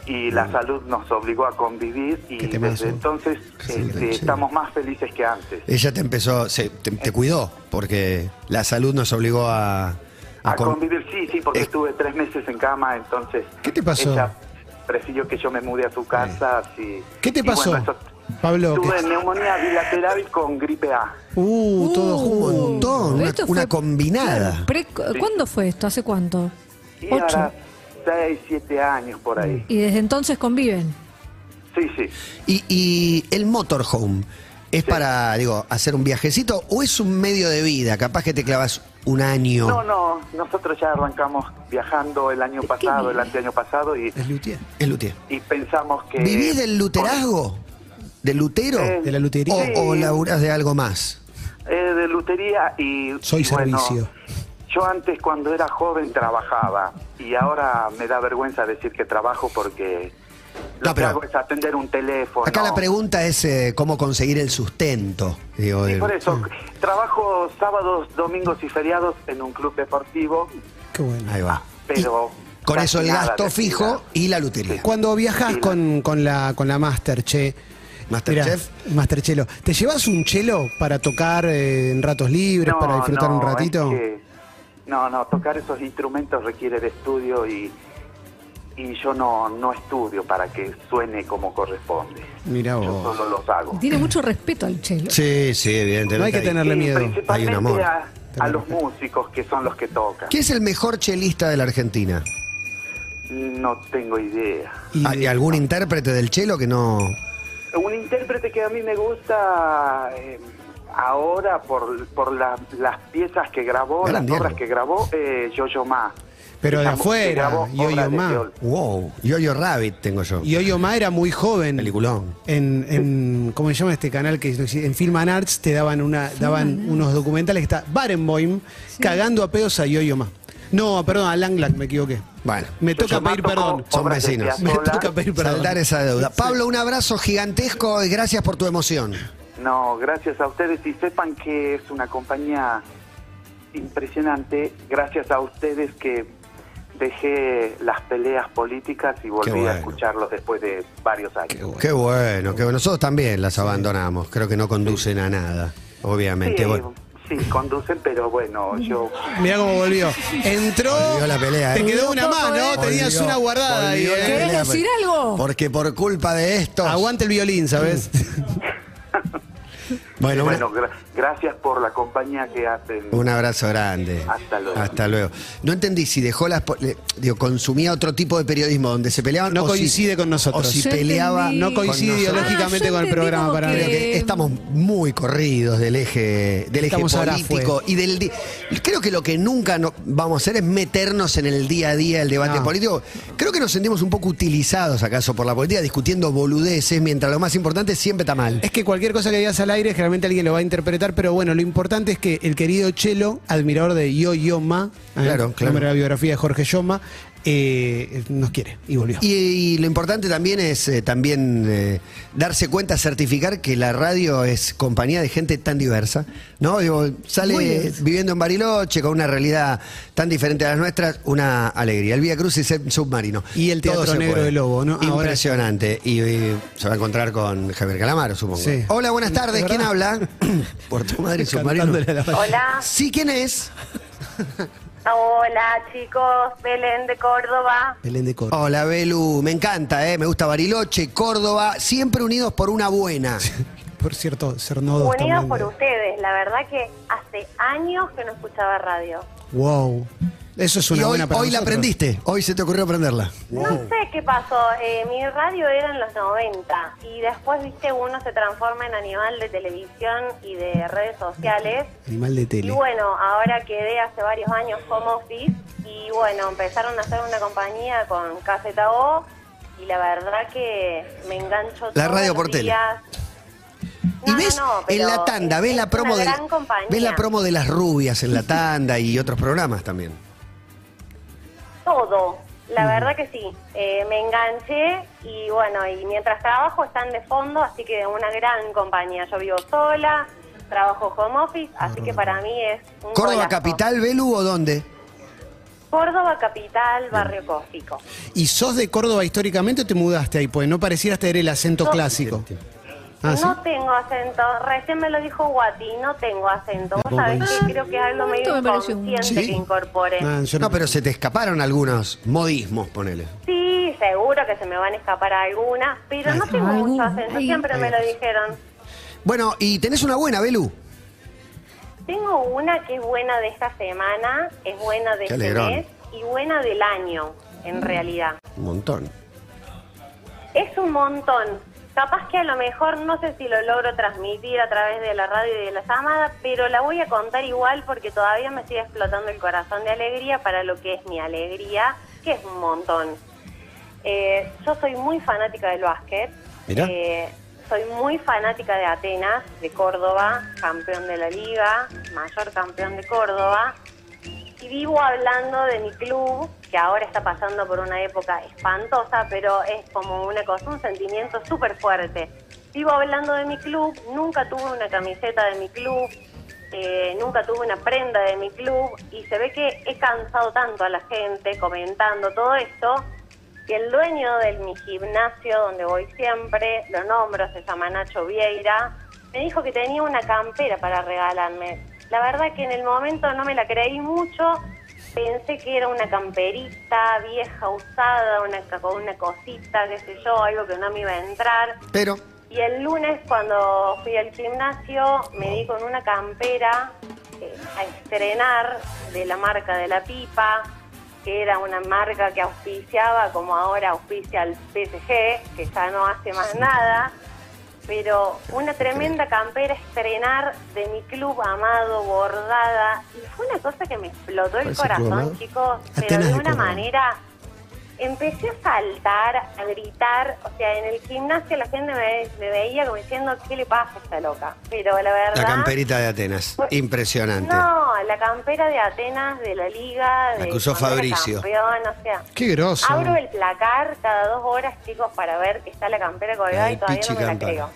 [SPEAKER 2] Mm.
[SPEAKER 8] y la salud nos obligó a convivir y
[SPEAKER 3] Qué temazo.
[SPEAKER 8] desde entonces
[SPEAKER 2] Sí,
[SPEAKER 8] este,
[SPEAKER 2] sí.
[SPEAKER 8] estamos más felices que antes.
[SPEAKER 2] Ella te empezó, se- te, te cuidó, porque la salud nos obligó a...
[SPEAKER 8] A
[SPEAKER 2] Ah, con-
[SPEAKER 8] convivir, sí, Sí, sí, porque
[SPEAKER 2] Eh.
[SPEAKER 8] estuve tres meses en cama, entonces.
[SPEAKER 3] ¿Qué te pasó?
[SPEAKER 8] Ella prefirió que yo me mude a su casa. así-
[SPEAKER 3] ¿Qué te
[SPEAKER 8] y bueno,
[SPEAKER 3] pasó,
[SPEAKER 8] eso-
[SPEAKER 3] Pablo?
[SPEAKER 8] Tuve
[SPEAKER 3] ¿Qué-
[SPEAKER 8] neumonía bilateral con gripe A.
[SPEAKER 3] Uh, todo
[SPEAKER 4] Uh,
[SPEAKER 3] junto.
[SPEAKER 2] un montón, una-
[SPEAKER 4] esto
[SPEAKER 2] una combinada.
[SPEAKER 4] claro, pre- ¿Cuándo fue esto? ¿Hace cuánto?
[SPEAKER 8] Y
[SPEAKER 4] Ocho.
[SPEAKER 8] ahora, seis, siete años por ahí.
[SPEAKER 4] Y desde entonces conviven.
[SPEAKER 8] Sí, sí.
[SPEAKER 2] Y, y el motorhome, ¿es para, digo, hacer un viajecito o es un medio de vida? Capaz que te clavas un año.
[SPEAKER 8] No, no, nosotros ya arrancamos viajando el año pasado, el anteaño pasado, y,
[SPEAKER 3] Es Lutier.
[SPEAKER 2] Es luthier.
[SPEAKER 8] y pensamos que...
[SPEAKER 2] ¿Vivís del luterazgo? ¿Del lutero?
[SPEAKER 8] Eh,
[SPEAKER 3] De la lutería.
[SPEAKER 2] O- ¿O,
[SPEAKER 8] sí.
[SPEAKER 2] laburás de algo más?
[SPEAKER 8] Eh, de lutería y...
[SPEAKER 3] Soy
[SPEAKER 8] y bueno,
[SPEAKER 3] servicio.
[SPEAKER 8] Yo antes cuando era joven trabajaba y ahora me da vergüenza decir que trabajo porque lo
[SPEAKER 2] No,
[SPEAKER 8] que
[SPEAKER 2] pero-
[SPEAKER 8] hago es atender un teléfono.
[SPEAKER 2] Acá la pregunta es eh, cómo conseguir el sustento. Digo,
[SPEAKER 8] Y
[SPEAKER 2] eh,
[SPEAKER 8] por eso,
[SPEAKER 3] Mm.
[SPEAKER 8] trabajo sábados, domingos y feriados en un club deportivo,
[SPEAKER 3] Qué bueno.
[SPEAKER 2] Ahí va.
[SPEAKER 8] pero...
[SPEAKER 2] Y con eso el
[SPEAKER 8] casi nada
[SPEAKER 2] gasto
[SPEAKER 8] de
[SPEAKER 2] fijo
[SPEAKER 8] actividad.
[SPEAKER 2] y la lutería.
[SPEAKER 3] Cuando viajas
[SPEAKER 8] Sí.
[SPEAKER 3] con, con la con la Master, che.
[SPEAKER 2] Masterchef.
[SPEAKER 3] Mirá, Masterchelo. ¿Te llevas un chelo para tocar eh, en ratos libres, para disfrutar
[SPEAKER 8] no,
[SPEAKER 3] un
[SPEAKER 8] es
[SPEAKER 3] ratito?
[SPEAKER 8] que- no, no, tocar esos instrumentos requiere de estudio y, y yo no, no estudio para que suene como corresponde.
[SPEAKER 3] Mirá
[SPEAKER 8] Yo
[SPEAKER 3] vos.
[SPEAKER 8] solo los hago.
[SPEAKER 4] Tiene mucho respeto al chelo.
[SPEAKER 2] Sí, sí, evidentemente.
[SPEAKER 3] No hay que tenerle
[SPEAKER 8] Y
[SPEAKER 3] miedo.
[SPEAKER 2] Hay un amor.
[SPEAKER 8] principalmente a, a los músicos que son los que tocan.
[SPEAKER 2] ¿Qué es el mejor chelista de la Argentina?
[SPEAKER 8] No tengo idea.
[SPEAKER 3] Y-
[SPEAKER 2] ¿Hay algún intérprete del chelo que no...?
[SPEAKER 8] Un intérprete que a mí me gusta eh, ahora por, por la- las piezas que grabó,
[SPEAKER 2] Gran
[SPEAKER 8] las
[SPEAKER 2] viejo.
[SPEAKER 8] obras que grabó, eh, Yo-Yo Ma.
[SPEAKER 3] Pero de
[SPEAKER 8] Esa mu- que
[SPEAKER 3] afuera,
[SPEAKER 8] grabó
[SPEAKER 3] Ah, Yo-Yo
[SPEAKER 8] obras de
[SPEAKER 3] Ma.
[SPEAKER 8] Piol.
[SPEAKER 2] Wow, Yo-Yo Rabbit tengo yo.
[SPEAKER 3] Y hoy Omar era muy joven.
[SPEAKER 2] Peliculón.
[SPEAKER 3] En, en- ¿cómo se llama este canal que no existe? en Film and Arts te daban una daban unos documentales que está Barenboim cagando a pedos a Yoyo Ma. No, perdón, a Langlack me equivoqué.
[SPEAKER 2] Bueno,
[SPEAKER 3] Me toca
[SPEAKER 8] Yo-Yo Ma
[SPEAKER 3] pedir
[SPEAKER 8] tocó
[SPEAKER 3] perdón.
[SPEAKER 2] Son
[SPEAKER 8] obras de
[SPEAKER 2] vecinos.
[SPEAKER 3] Me
[SPEAKER 8] Piazzolla.
[SPEAKER 3] toca pedir perdón.
[SPEAKER 2] Saldar esa deuda. Pablo, un abrazo gigantesco y gracias por tu emoción.
[SPEAKER 8] No, gracias a ustedes y sepan que es una compañía impresionante. Gracias a ustedes que dejé las peleas políticas y volví
[SPEAKER 2] bueno.
[SPEAKER 8] a escucharlos después de varios años.
[SPEAKER 2] Qué bueno, que nosotros también las abandonamos. Creo que no conducen a nada, obviamente.
[SPEAKER 8] Sí,
[SPEAKER 2] Bueno,
[SPEAKER 8] sí, conducen, pero bueno, yo...
[SPEAKER 3] Mirá cómo volvió. Entró.
[SPEAKER 2] Volvió la pelea,
[SPEAKER 3] Te
[SPEAKER 2] ¿eh?
[SPEAKER 3] quedó una
[SPEAKER 4] Volvió
[SPEAKER 3] mano,
[SPEAKER 4] poco,
[SPEAKER 3] tenías
[SPEAKER 2] volvió-
[SPEAKER 3] una guardada ahí.
[SPEAKER 2] volvió
[SPEAKER 3] ¿eh?
[SPEAKER 2] la
[SPEAKER 4] ¿Querés
[SPEAKER 2] pelea,
[SPEAKER 4] decir
[SPEAKER 2] porque-
[SPEAKER 4] algo?
[SPEAKER 2] Porque por culpa de esto.
[SPEAKER 3] Aguante el violín, ¿sabes?
[SPEAKER 2] Bueno, una-
[SPEAKER 8] Bueno, gra- gracias por la compañía que hacen.
[SPEAKER 2] un abrazo grande.
[SPEAKER 8] Hasta luego.
[SPEAKER 2] Hasta luego. No entendí si dejó las. po- le- digo, consumía otro tipo de periodismo donde se peleaban.
[SPEAKER 3] No
[SPEAKER 2] o si-
[SPEAKER 3] coincide con nosotros.
[SPEAKER 2] O si
[SPEAKER 4] Yo
[SPEAKER 2] peleaba.
[SPEAKER 4] entendí.
[SPEAKER 3] No coincide
[SPEAKER 2] con nosotros.
[SPEAKER 3] ideológicamente
[SPEAKER 4] Ah, yo
[SPEAKER 3] con el
[SPEAKER 4] entendí
[SPEAKER 3] programa
[SPEAKER 4] como
[SPEAKER 3] para
[SPEAKER 4] que-
[SPEAKER 2] Creo
[SPEAKER 3] mí.
[SPEAKER 2] que estamos muy corridos del eje, del eje
[SPEAKER 3] Estamos ahora
[SPEAKER 2] político y del di- creo que lo que nunca no- vamos a hacer es meternos en el día a día del debate
[SPEAKER 3] No.
[SPEAKER 2] político. Creo que nos sentimos un poco utilizados acaso por la política discutiendo boludeces mientras lo más importante siempre está mal.
[SPEAKER 3] Es que cualquier cosa que digas al aire, generalmente alguien lo va a interpretar, pero bueno, lo importante es que el querido Chelo, admirador de Yo Yo Ma, ¿eh?
[SPEAKER 2] Claro, claro.
[SPEAKER 3] nombre de la biografía de Jorge Yoma, eh, nos quiere y volvió.
[SPEAKER 2] Y, y lo importante también es eh, también eh, darse cuenta, certificar que la radio es compañía de gente tan diversa, ¿no? Digo,
[SPEAKER 4] Muy
[SPEAKER 2] sale
[SPEAKER 4] diversa.
[SPEAKER 2] viviendo en Bariloche con una realidad tan diferente a las nuestras, una alegría. El Vía Cruz y el submarino.
[SPEAKER 3] Y el Teatro
[SPEAKER 2] Todo se
[SPEAKER 3] Negro
[SPEAKER 2] puede.
[SPEAKER 3] del Lobo, ¿no? Ahora-
[SPEAKER 2] Impresionante. Y, eh, se va a encontrar con Javier Calamaro, supongo.
[SPEAKER 3] Sí.
[SPEAKER 2] Hola, buenas tardes. ¿Quién
[SPEAKER 3] ¿Verdad?
[SPEAKER 2] habla? Por tu madre submarino.
[SPEAKER 3] Cantándole a la pared.
[SPEAKER 6] Hola,
[SPEAKER 2] Pues, Sí, ¿quién es?
[SPEAKER 6] hola chicos, Belén de Córdoba.
[SPEAKER 3] Belén de Córdoba.
[SPEAKER 2] Hola, Belu. Me encanta, ¿eh? Me gusta Bariloche, Córdoba. Siempre unidos por una buena.
[SPEAKER 3] Por cierto, Cernodo
[SPEAKER 6] Unidos
[SPEAKER 3] también. eh.
[SPEAKER 6] por
[SPEAKER 3] de-
[SPEAKER 6] ustedes, la verdad que hace años que no escuchaba radio.
[SPEAKER 3] Wow. Eso es
[SPEAKER 2] Y
[SPEAKER 3] una
[SPEAKER 2] hoy,
[SPEAKER 3] buena para
[SPEAKER 2] hoy la
[SPEAKER 3] nosotros.
[SPEAKER 2] aprendiste, hoy se te ocurrió aprenderla.
[SPEAKER 6] No
[SPEAKER 2] Oh.
[SPEAKER 6] sé qué pasó, eh, mi radio era en los 90 y después, viste, uno se transforma en animal de televisión y de redes sociales.
[SPEAKER 3] Animal de
[SPEAKER 6] Y
[SPEAKER 3] tele.
[SPEAKER 6] bueno, ahora quedé hace varios años como office y bueno, empezaron a hacer una compañía con Caseta O y la verdad que me engancho
[SPEAKER 2] La
[SPEAKER 6] todos
[SPEAKER 2] radio
[SPEAKER 6] los
[SPEAKER 2] por tele.
[SPEAKER 6] días.
[SPEAKER 2] Y
[SPEAKER 6] No,
[SPEAKER 2] ves
[SPEAKER 6] no, no,
[SPEAKER 2] en
[SPEAKER 6] pero
[SPEAKER 2] la tanda, ves
[SPEAKER 6] es
[SPEAKER 2] la promo
[SPEAKER 6] una
[SPEAKER 2] de
[SPEAKER 6] gran compañía.
[SPEAKER 2] ves la promo de las rubias en la tanda y otros programas también.
[SPEAKER 6] Todo, la
[SPEAKER 2] Mm.
[SPEAKER 6] verdad que sí. Eh, me enganché y bueno, y mientras trabajo están de fondo, así que una gran compañía. Yo vivo sola, trabajo home office, así que para mí es un
[SPEAKER 2] Córdoba
[SPEAKER 6] golazo.
[SPEAKER 2] capital, Belu o dónde?
[SPEAKER 6] Córdoba capital, barrio cósmico.
[SPEAKER 3] ¿Y sos de Córdoba históricamente o te mudaste ahí? Pues no pareciera tener el acento
[SPEAKER 6] No.
[SPEAKER 3] clásico. Ah, ¿sí?
[SPEAKER 9] No tengo acento, recién me lo dijo Guati, no tengo acento.
[SPEAKER 3] La
[SPEAKER 9] Vos sabés
[SPEAKER 3] compañía.
[SPEAKER 9] que creo que es algo medio
[SPEAKER 4] Esto me pareció un-
[SPEAKER 9] inconsciente
[SPEAKER 2] Sí.
[SPEAKER 9] que incorporé.
[SPEAKER 3] Ah, yo
[SPEAKER 2] No, pero se te escaparon algunos modismos, ponele.
[SPEAKER 9] Sí, seguro que se me van a escapar algunas,
[SPEAKER 3] Ah,
[SPEAKER 9] pero no tengo mucho
[SPEAKER 4] Algunas.
[SPEAKER 9] acento,
[SPEAKER 4] Ahí.
[SPEAKER 9] siempre me lo dijeron.
[SPEAKER 2] Bueno, y tenés una buena, Belu.
[SPEAKER 9] Tengo una que es buena de esta semana, es buena de
[SPEAKER 2] Qué
[SPEAKER 9] este
[SPEAKER 2] alegrón.
[SPEAKER 9] mes y buena del año,
[SPEAKER 3] Mm.
[SPEAKER 9] en realidad.
[SPEAKER 2] Un montón.
[SPEAKER 9] Es un montón. Capaz que a lo mejor no sé si lo logro transmitir a través de la radio y de la llamada, pero la voy a contar igual porque todavía me sigue explotando el corazón de alegría para lo que es mi alegría, que es un montón. Eh, yo soy muy fanática del básquet.
[SPEAKER 2] Mirá.
[SPEAKER 9] Eh, soy muy fanática de Atenas, de Córdoba, campeón de la liga, mayor campeón de Córdoba. Y vivo hablando de mi club, que ahora está pasando por una época espantosa, pero es como una cosa, un sentimiento súper fuerte. Vivo hablando de mi club, nunca tuve una camiseta de mi club, eh, nunca tuve una prenda de mi club, y se ve que he cansado tanto a la gente comentando todo esto, y el dueño de mi gimnasio, donde voy siempre, lo nombro, se llama Nacho Vieira, me dijo que tenía una campera para regalarme. La verdad que en el momento no me la creí mucho, pensé que era una camperita vieja, usada, una, ca- una cosita, qué sé yo, algo que no me iba a entrar.
[SPEAKER 2] Pero,
[SPEAKER 9] Y el lunes cuando fui al gimnasio me di con una campera eh, a estrenar de la marca de la pipa, que era una marca que auspiciaba como ahora auspicia el PSG, que ya no hace más nada. Pero una tremenda campera a estrenar de mi club amado, bordada. Y fue una cosa que me explotó el
[SPEAKER 3] Parece club amado.
[SPEAKER 9] corazón, chicos. Pero
[SPEAKER 3] Atenas
[SPEAKER 9] de
[SPEAKER 3] de
[SPEAKER 9] una
[SPEAKER 3] Córdoba.
[SPEAKER 9] manera empecé a saltar, a gritar, o sea, en el gimnasio la gente me, me veía como diciendo, ¿qué le pasa a esta loca? Pero la verdad...
[SPEAKER 2] la camperita de Atenas. Impresionante.
[SPEAKER 9] No, la campera de Atenas, de la liga,
[SPEAKER 2] La
[SPEAKER 9] de
[SPEAKER 2] que usó
[SPEAKER 9] cuando era
[SPEAKER 2] Fabricio.
[SPEAKER 9] campeón, o sea...
[SPEAKER 3] Qué groso.
[SPEAKER 9] Abro el placar cada dos horas, chicos, para ver que está la campera colgada
[SPEAKER 2] Ay,
[SPEAKER 9] y todavía
[SPEAKER 2] Pichi
[SPEAKER 9] no me la
[SPEAKER 2] Campana.
[SPEAKER 9] creo.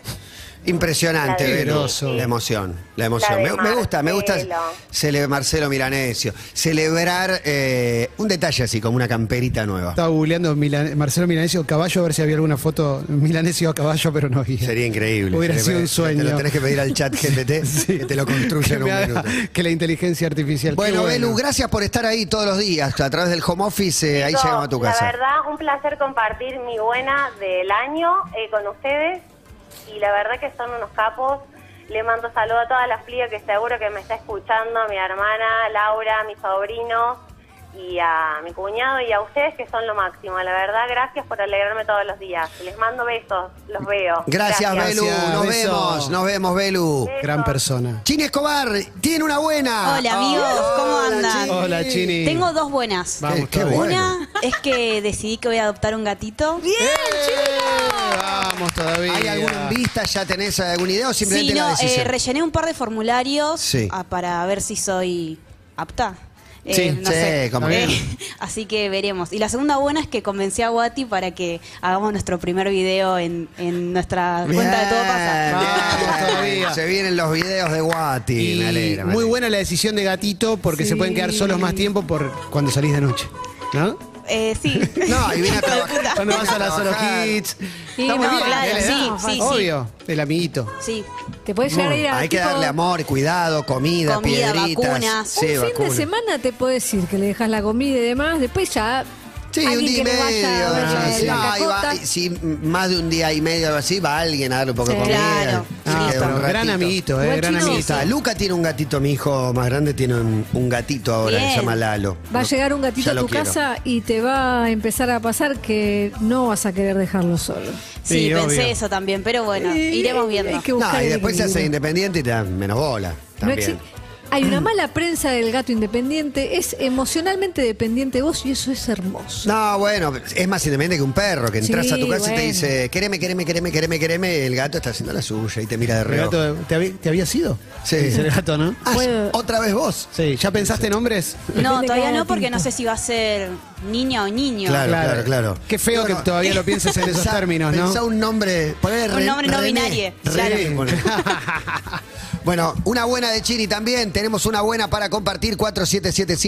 [SPEAKER 2] Impresionante,
[SPEAKER 9] La de
[SPEAKER 2] Belu.
[SPEAKER 9] Pichi.
[SPEAKER 2] La emoción, la emoción.
[SPEAKER 9] La de
[SPEAKER 2] me, me gusta, me gusta
[SPEAKER 9] Marcelo.
[SPEAKER 2] cele- Marcelo Milanesio. Celebrar eh, un detalle así, como una camperita nueva.
[SPEAKER 3] Estaba googleando Milan- Marcelo Milanesio caballo a ver si había alguna foto Milanesio a caballo, pero no había.
[SPEAKER 2] Sería increíble.
[SPEAKER 3] Hubiera
[SPEAKER 2] Te-
[SPEAKER 3] sido un
[SPEAKER 2] te-
[SPEAKER 3] sueño.
[SPEAKER 2] Te lo tenés que pedir al chat GPT que te lo construya
[SPEAKER 3] Que
[SPEAKER 2] en
[SPEAKER 3] me
[SPEAKER 2] un
[SPEAKER 3] haga-
[SPEAKER 2] minuto.
[SPEAKER 3] Que la inteligencia artificial. qué
[SPEAKER 2] Bueno, Belu, gracias por estar ahí todos los días. A través del home office, eh, ahí
[SPEAKER 9] Chicos,
[SPEAKER 2] llegamos a tu
[SPEAKER 9] La
[SPEAKER 2] casa.
[SPEAKER 9] verdad, un placer compartir mi buena del año eh, con ustedes. Y la verdad que son unos capos. Le mando saludo a todas las flías que seguro que me está escuchando, a mi hermana, Laura, a mi sobrino y a mi cuñado y a ustedes que son lo máximo. La verdad, gracias por alegrarme todos los días. Les mando besos, los veo.
[SPEAKER 2] Gracias, Belu.
[SPEAKER 3] Gracias,
[SPEAKER 2] Nos
[SPEAKER 3] beso.
[SPEAKER 2] vemos, nos vemos, Belu.
[SPEAKER 3] Gran persona.
[SPEAKER 2] Chini Escobar, tiene una buena.
[SPEAKER 10] Hola, amigos, ¿cómo
[SPEAKER 2] hola,
[SPEAKER 10] andan?
[SPEAKER 2] Chini.
[SPEAKER 3] Hola, Chini.
[SPEAKER 10] Tengo dos buenas.
[SPEAKER 3] Vamos,
[SPEAKER 2] Qué- qué
[SPEAKER 3] todavía.
[SPEAKER 2] bueno.
[SPEAKER 10] Una es que decidí que voy a adoptar un gatito.
[SPEAKER 3] ¡Eh! Vamos todavía.
[SPEAKER 2] ¿Hay alguna en vista? ¿Ya tenés alguna idea o simplemente
[SPEAKER 10] Sí,
[SPEAKER 2] la
[SPEAKER 10] no,
[SPEAKER 2] decisión?
[SPEAKER 10] eh, rellené un par de formularios
[SPEAKER 2] Sí.
[SPEAKER 10] ah, para ver si soy apta. Eh,
[SPEAKER 3] Sí,
[SPEAKER 10] no
[SPEAKER 2] sí,
[SPEAKER 10] sé.
[SPEAKER 2] como
[SPEAKER 10] Eh,
[SPEAKER 2] bien.
[SPEAKER 10] Así que veremos. Y la segunda buena es que convencí a Guati para que hagamos nuestro primer video en, en nuestra cuenta de todo pasa.
[SPEAKER 2] Bien,
[SPEAKER 3] Vamos
[SPEAKER 2] bien.
[SPEAKER 3] todavía.
[SPEAKER 2] Se vienen los videos de Guati,
[SPEAKER 3] Y
[SPEAKER 2] me alegra. me
[SPEAKER 3] muy
[SPEAKER 2] alegra.
[SPEAKER 3] buena la decisión de gatito porque se pueden quedar solos más tiempo por cuando salís de noche. ¿No?
[SPEAKER 10] Eh, sí.
[SPEAKER 2] No, y viene a trabajar.
[SPEAKER 3] Cuando vas a la Solo
[SPEAKER 2] trabajar.
[SPEAKER 3] Kids.
[SPEAKER 4] Sí,
[SPEAKER 3] Estamos
[SPEAKER 10] no,
[SPEAKER 3] bien, ¿eh?
[SPEAKER 10] claro,
[SPEAKER 3] de la
[SPEAKER 10] sí,
[SPEAKER 3] edad.
[SPEAKER 10] sí, sí.
[SPEAKER 3] Obvio, el amiguito.
[SPEAKER 10] Sí.
[SPEAKER 4] Te puedes llegar a ir a.
[SPEAKER 2] Hay que
[SPEAKER 4] tipo,
[SPEAKER 2] darle amor, cuidado, comida,
[SPEAKER 10] Comida,
[SPEAKER 2] piedritas.
[SPEAKER 10] vacunas.
[SPEAKER 4] Un
[SPEAKER 2] Sí,
[SPEAKER 4] fin de
[SPEAKER 2] vacunas.
[SPEAKER 4] semana te puede decir que le dejas la comida y demás. Después ya.
[SPEAKER 2] Sí, un
[SPEAKER 4] alguien
[SPEAKER 2] día y
[SPEAKER 4] que le
[SPEAKER 2] medio.
[SPEAKER 4] vaya a ver
[SPEAKER 2] ah,
[SPEAKER 4] eh, la-
[SPEAKER 2] sí.
[SPEAKER 4] la
[SPEAKER 2] Ah, y va-
[SPEAKER 4] cacota.
[SPEAKER 2] y si más de un día y medio algo así, va alguien a darle un poco de
[SPEAKER 4] Sí.
[SPEAKER 2] comida.
[SPEAKER 10] Claro.
[SPEAKER 2] Se
[SPEAKER 3] Ah,
[SPEAKER 2] queda un
[SPEAKER 3] pero gran
[SPEAKER 2] ratito.
[SPEAKER 3] amiguito, eh,
[SPEAKER 4] Igual,
[SPEAKER 3] gran
[SPEAKER 4] chino,
[SPEAKER 2] Ahí
[SPEAKER 3] amiguito.
[SPEAKER 2] está. Luca tiene un gatito, mi hijo más grande tiene un, un gatito ahora,
[SPEAKER 10] Bien.
[SPEAKER 2] se llama Lalo.
[SPEAKER 4] Va a
[SPEAKER 2] No,
[SPEAKER 4] llegar un gatito
[SPEAKER 2] ya
[SPEAKER 4] a
[SPEAKER 2] lo
[SPEAKER 4] tu
[SPEAKER 2] quiero.
[SPEAKER 4] casa y te va a empezar a pasar que no vas a querer dejarlo solo.
[SPEAKER 10] Sí,
[SPEAKER 3] Sí,
[SPEAKER 10] pensé
[SPEAKER 3] obvio.
[SPEAKER 10] eso también, pero bueno,
[SPEAKER 4] Y-
[SPEAKER 10] iremos viendo.
[SPEAKER 4] Hay que buscar
[SPEAKER 2] No, y
[SPEAKER 4] el
[SPEAKER 2] después se hace
[SPEAKER 4] equilibrio.
[SPEAKER 2] independiente y te dan menos bola
[SPEAKER 4] No
[SPEAKER 2] también.
[SPEAKER 4] exi- Hay una mala prensa del gato independiente, es emocionalmente dependiente de vos y eso es hermoso.
[SPEAKER 2] No, bueno, es más independiente que un perro, que entras
[SPEAKER 4] Sí,
[SPEAKER 2] a tu casa y te
[SPEAKER 4] bueno.
[SPEAKER 2] dice, quereme, quereme, quereme, quereme, quereme, el gato está haciendo la suya y te mira de
[SPEAKER 3] El
[SPEAKER 2] reojo.
[SPEAKER 3] gato, ¿te, habí- te habías ido?
[SPEAKER 2] Sí.
[SPEAKER 3] Dice el gato, ¿no?
[SPEAKER 2] Ah,
[SPEAKER 4] Puedo-
[SPEAKER 2] ¿Otra vez vos?
[SPEAKER 3] Sí, ¿ya pensaste en hombres?
[SPEAKER 10] No,
[SPEAKER 4] Depende
[SPEAKER 10] todavía
[SPEAKER 4] cada
[SPEAKER 10] no, porque no
[SPEAKER 4] gatito.
[SPEAKER 10] sé si va a ser niña o niño.
[SPEAKER 2] Claro, claro, claro.
[SPEAKER 3] Qué feo
[SPEAKER 2] Bueno,
[SPEAKER 3] que todavía lo pienses en esos
[SPEAKER 2] Pensá-
[SPEAKER 3] términos, ¿no?
[SPEAKER 2] Pensá un nombre, poner
[SPEAKER 10] Un nombre no binario, claro.
[SPEAKER 2] Bueno, una buena de Chini también. Tenemos una buena para compartir.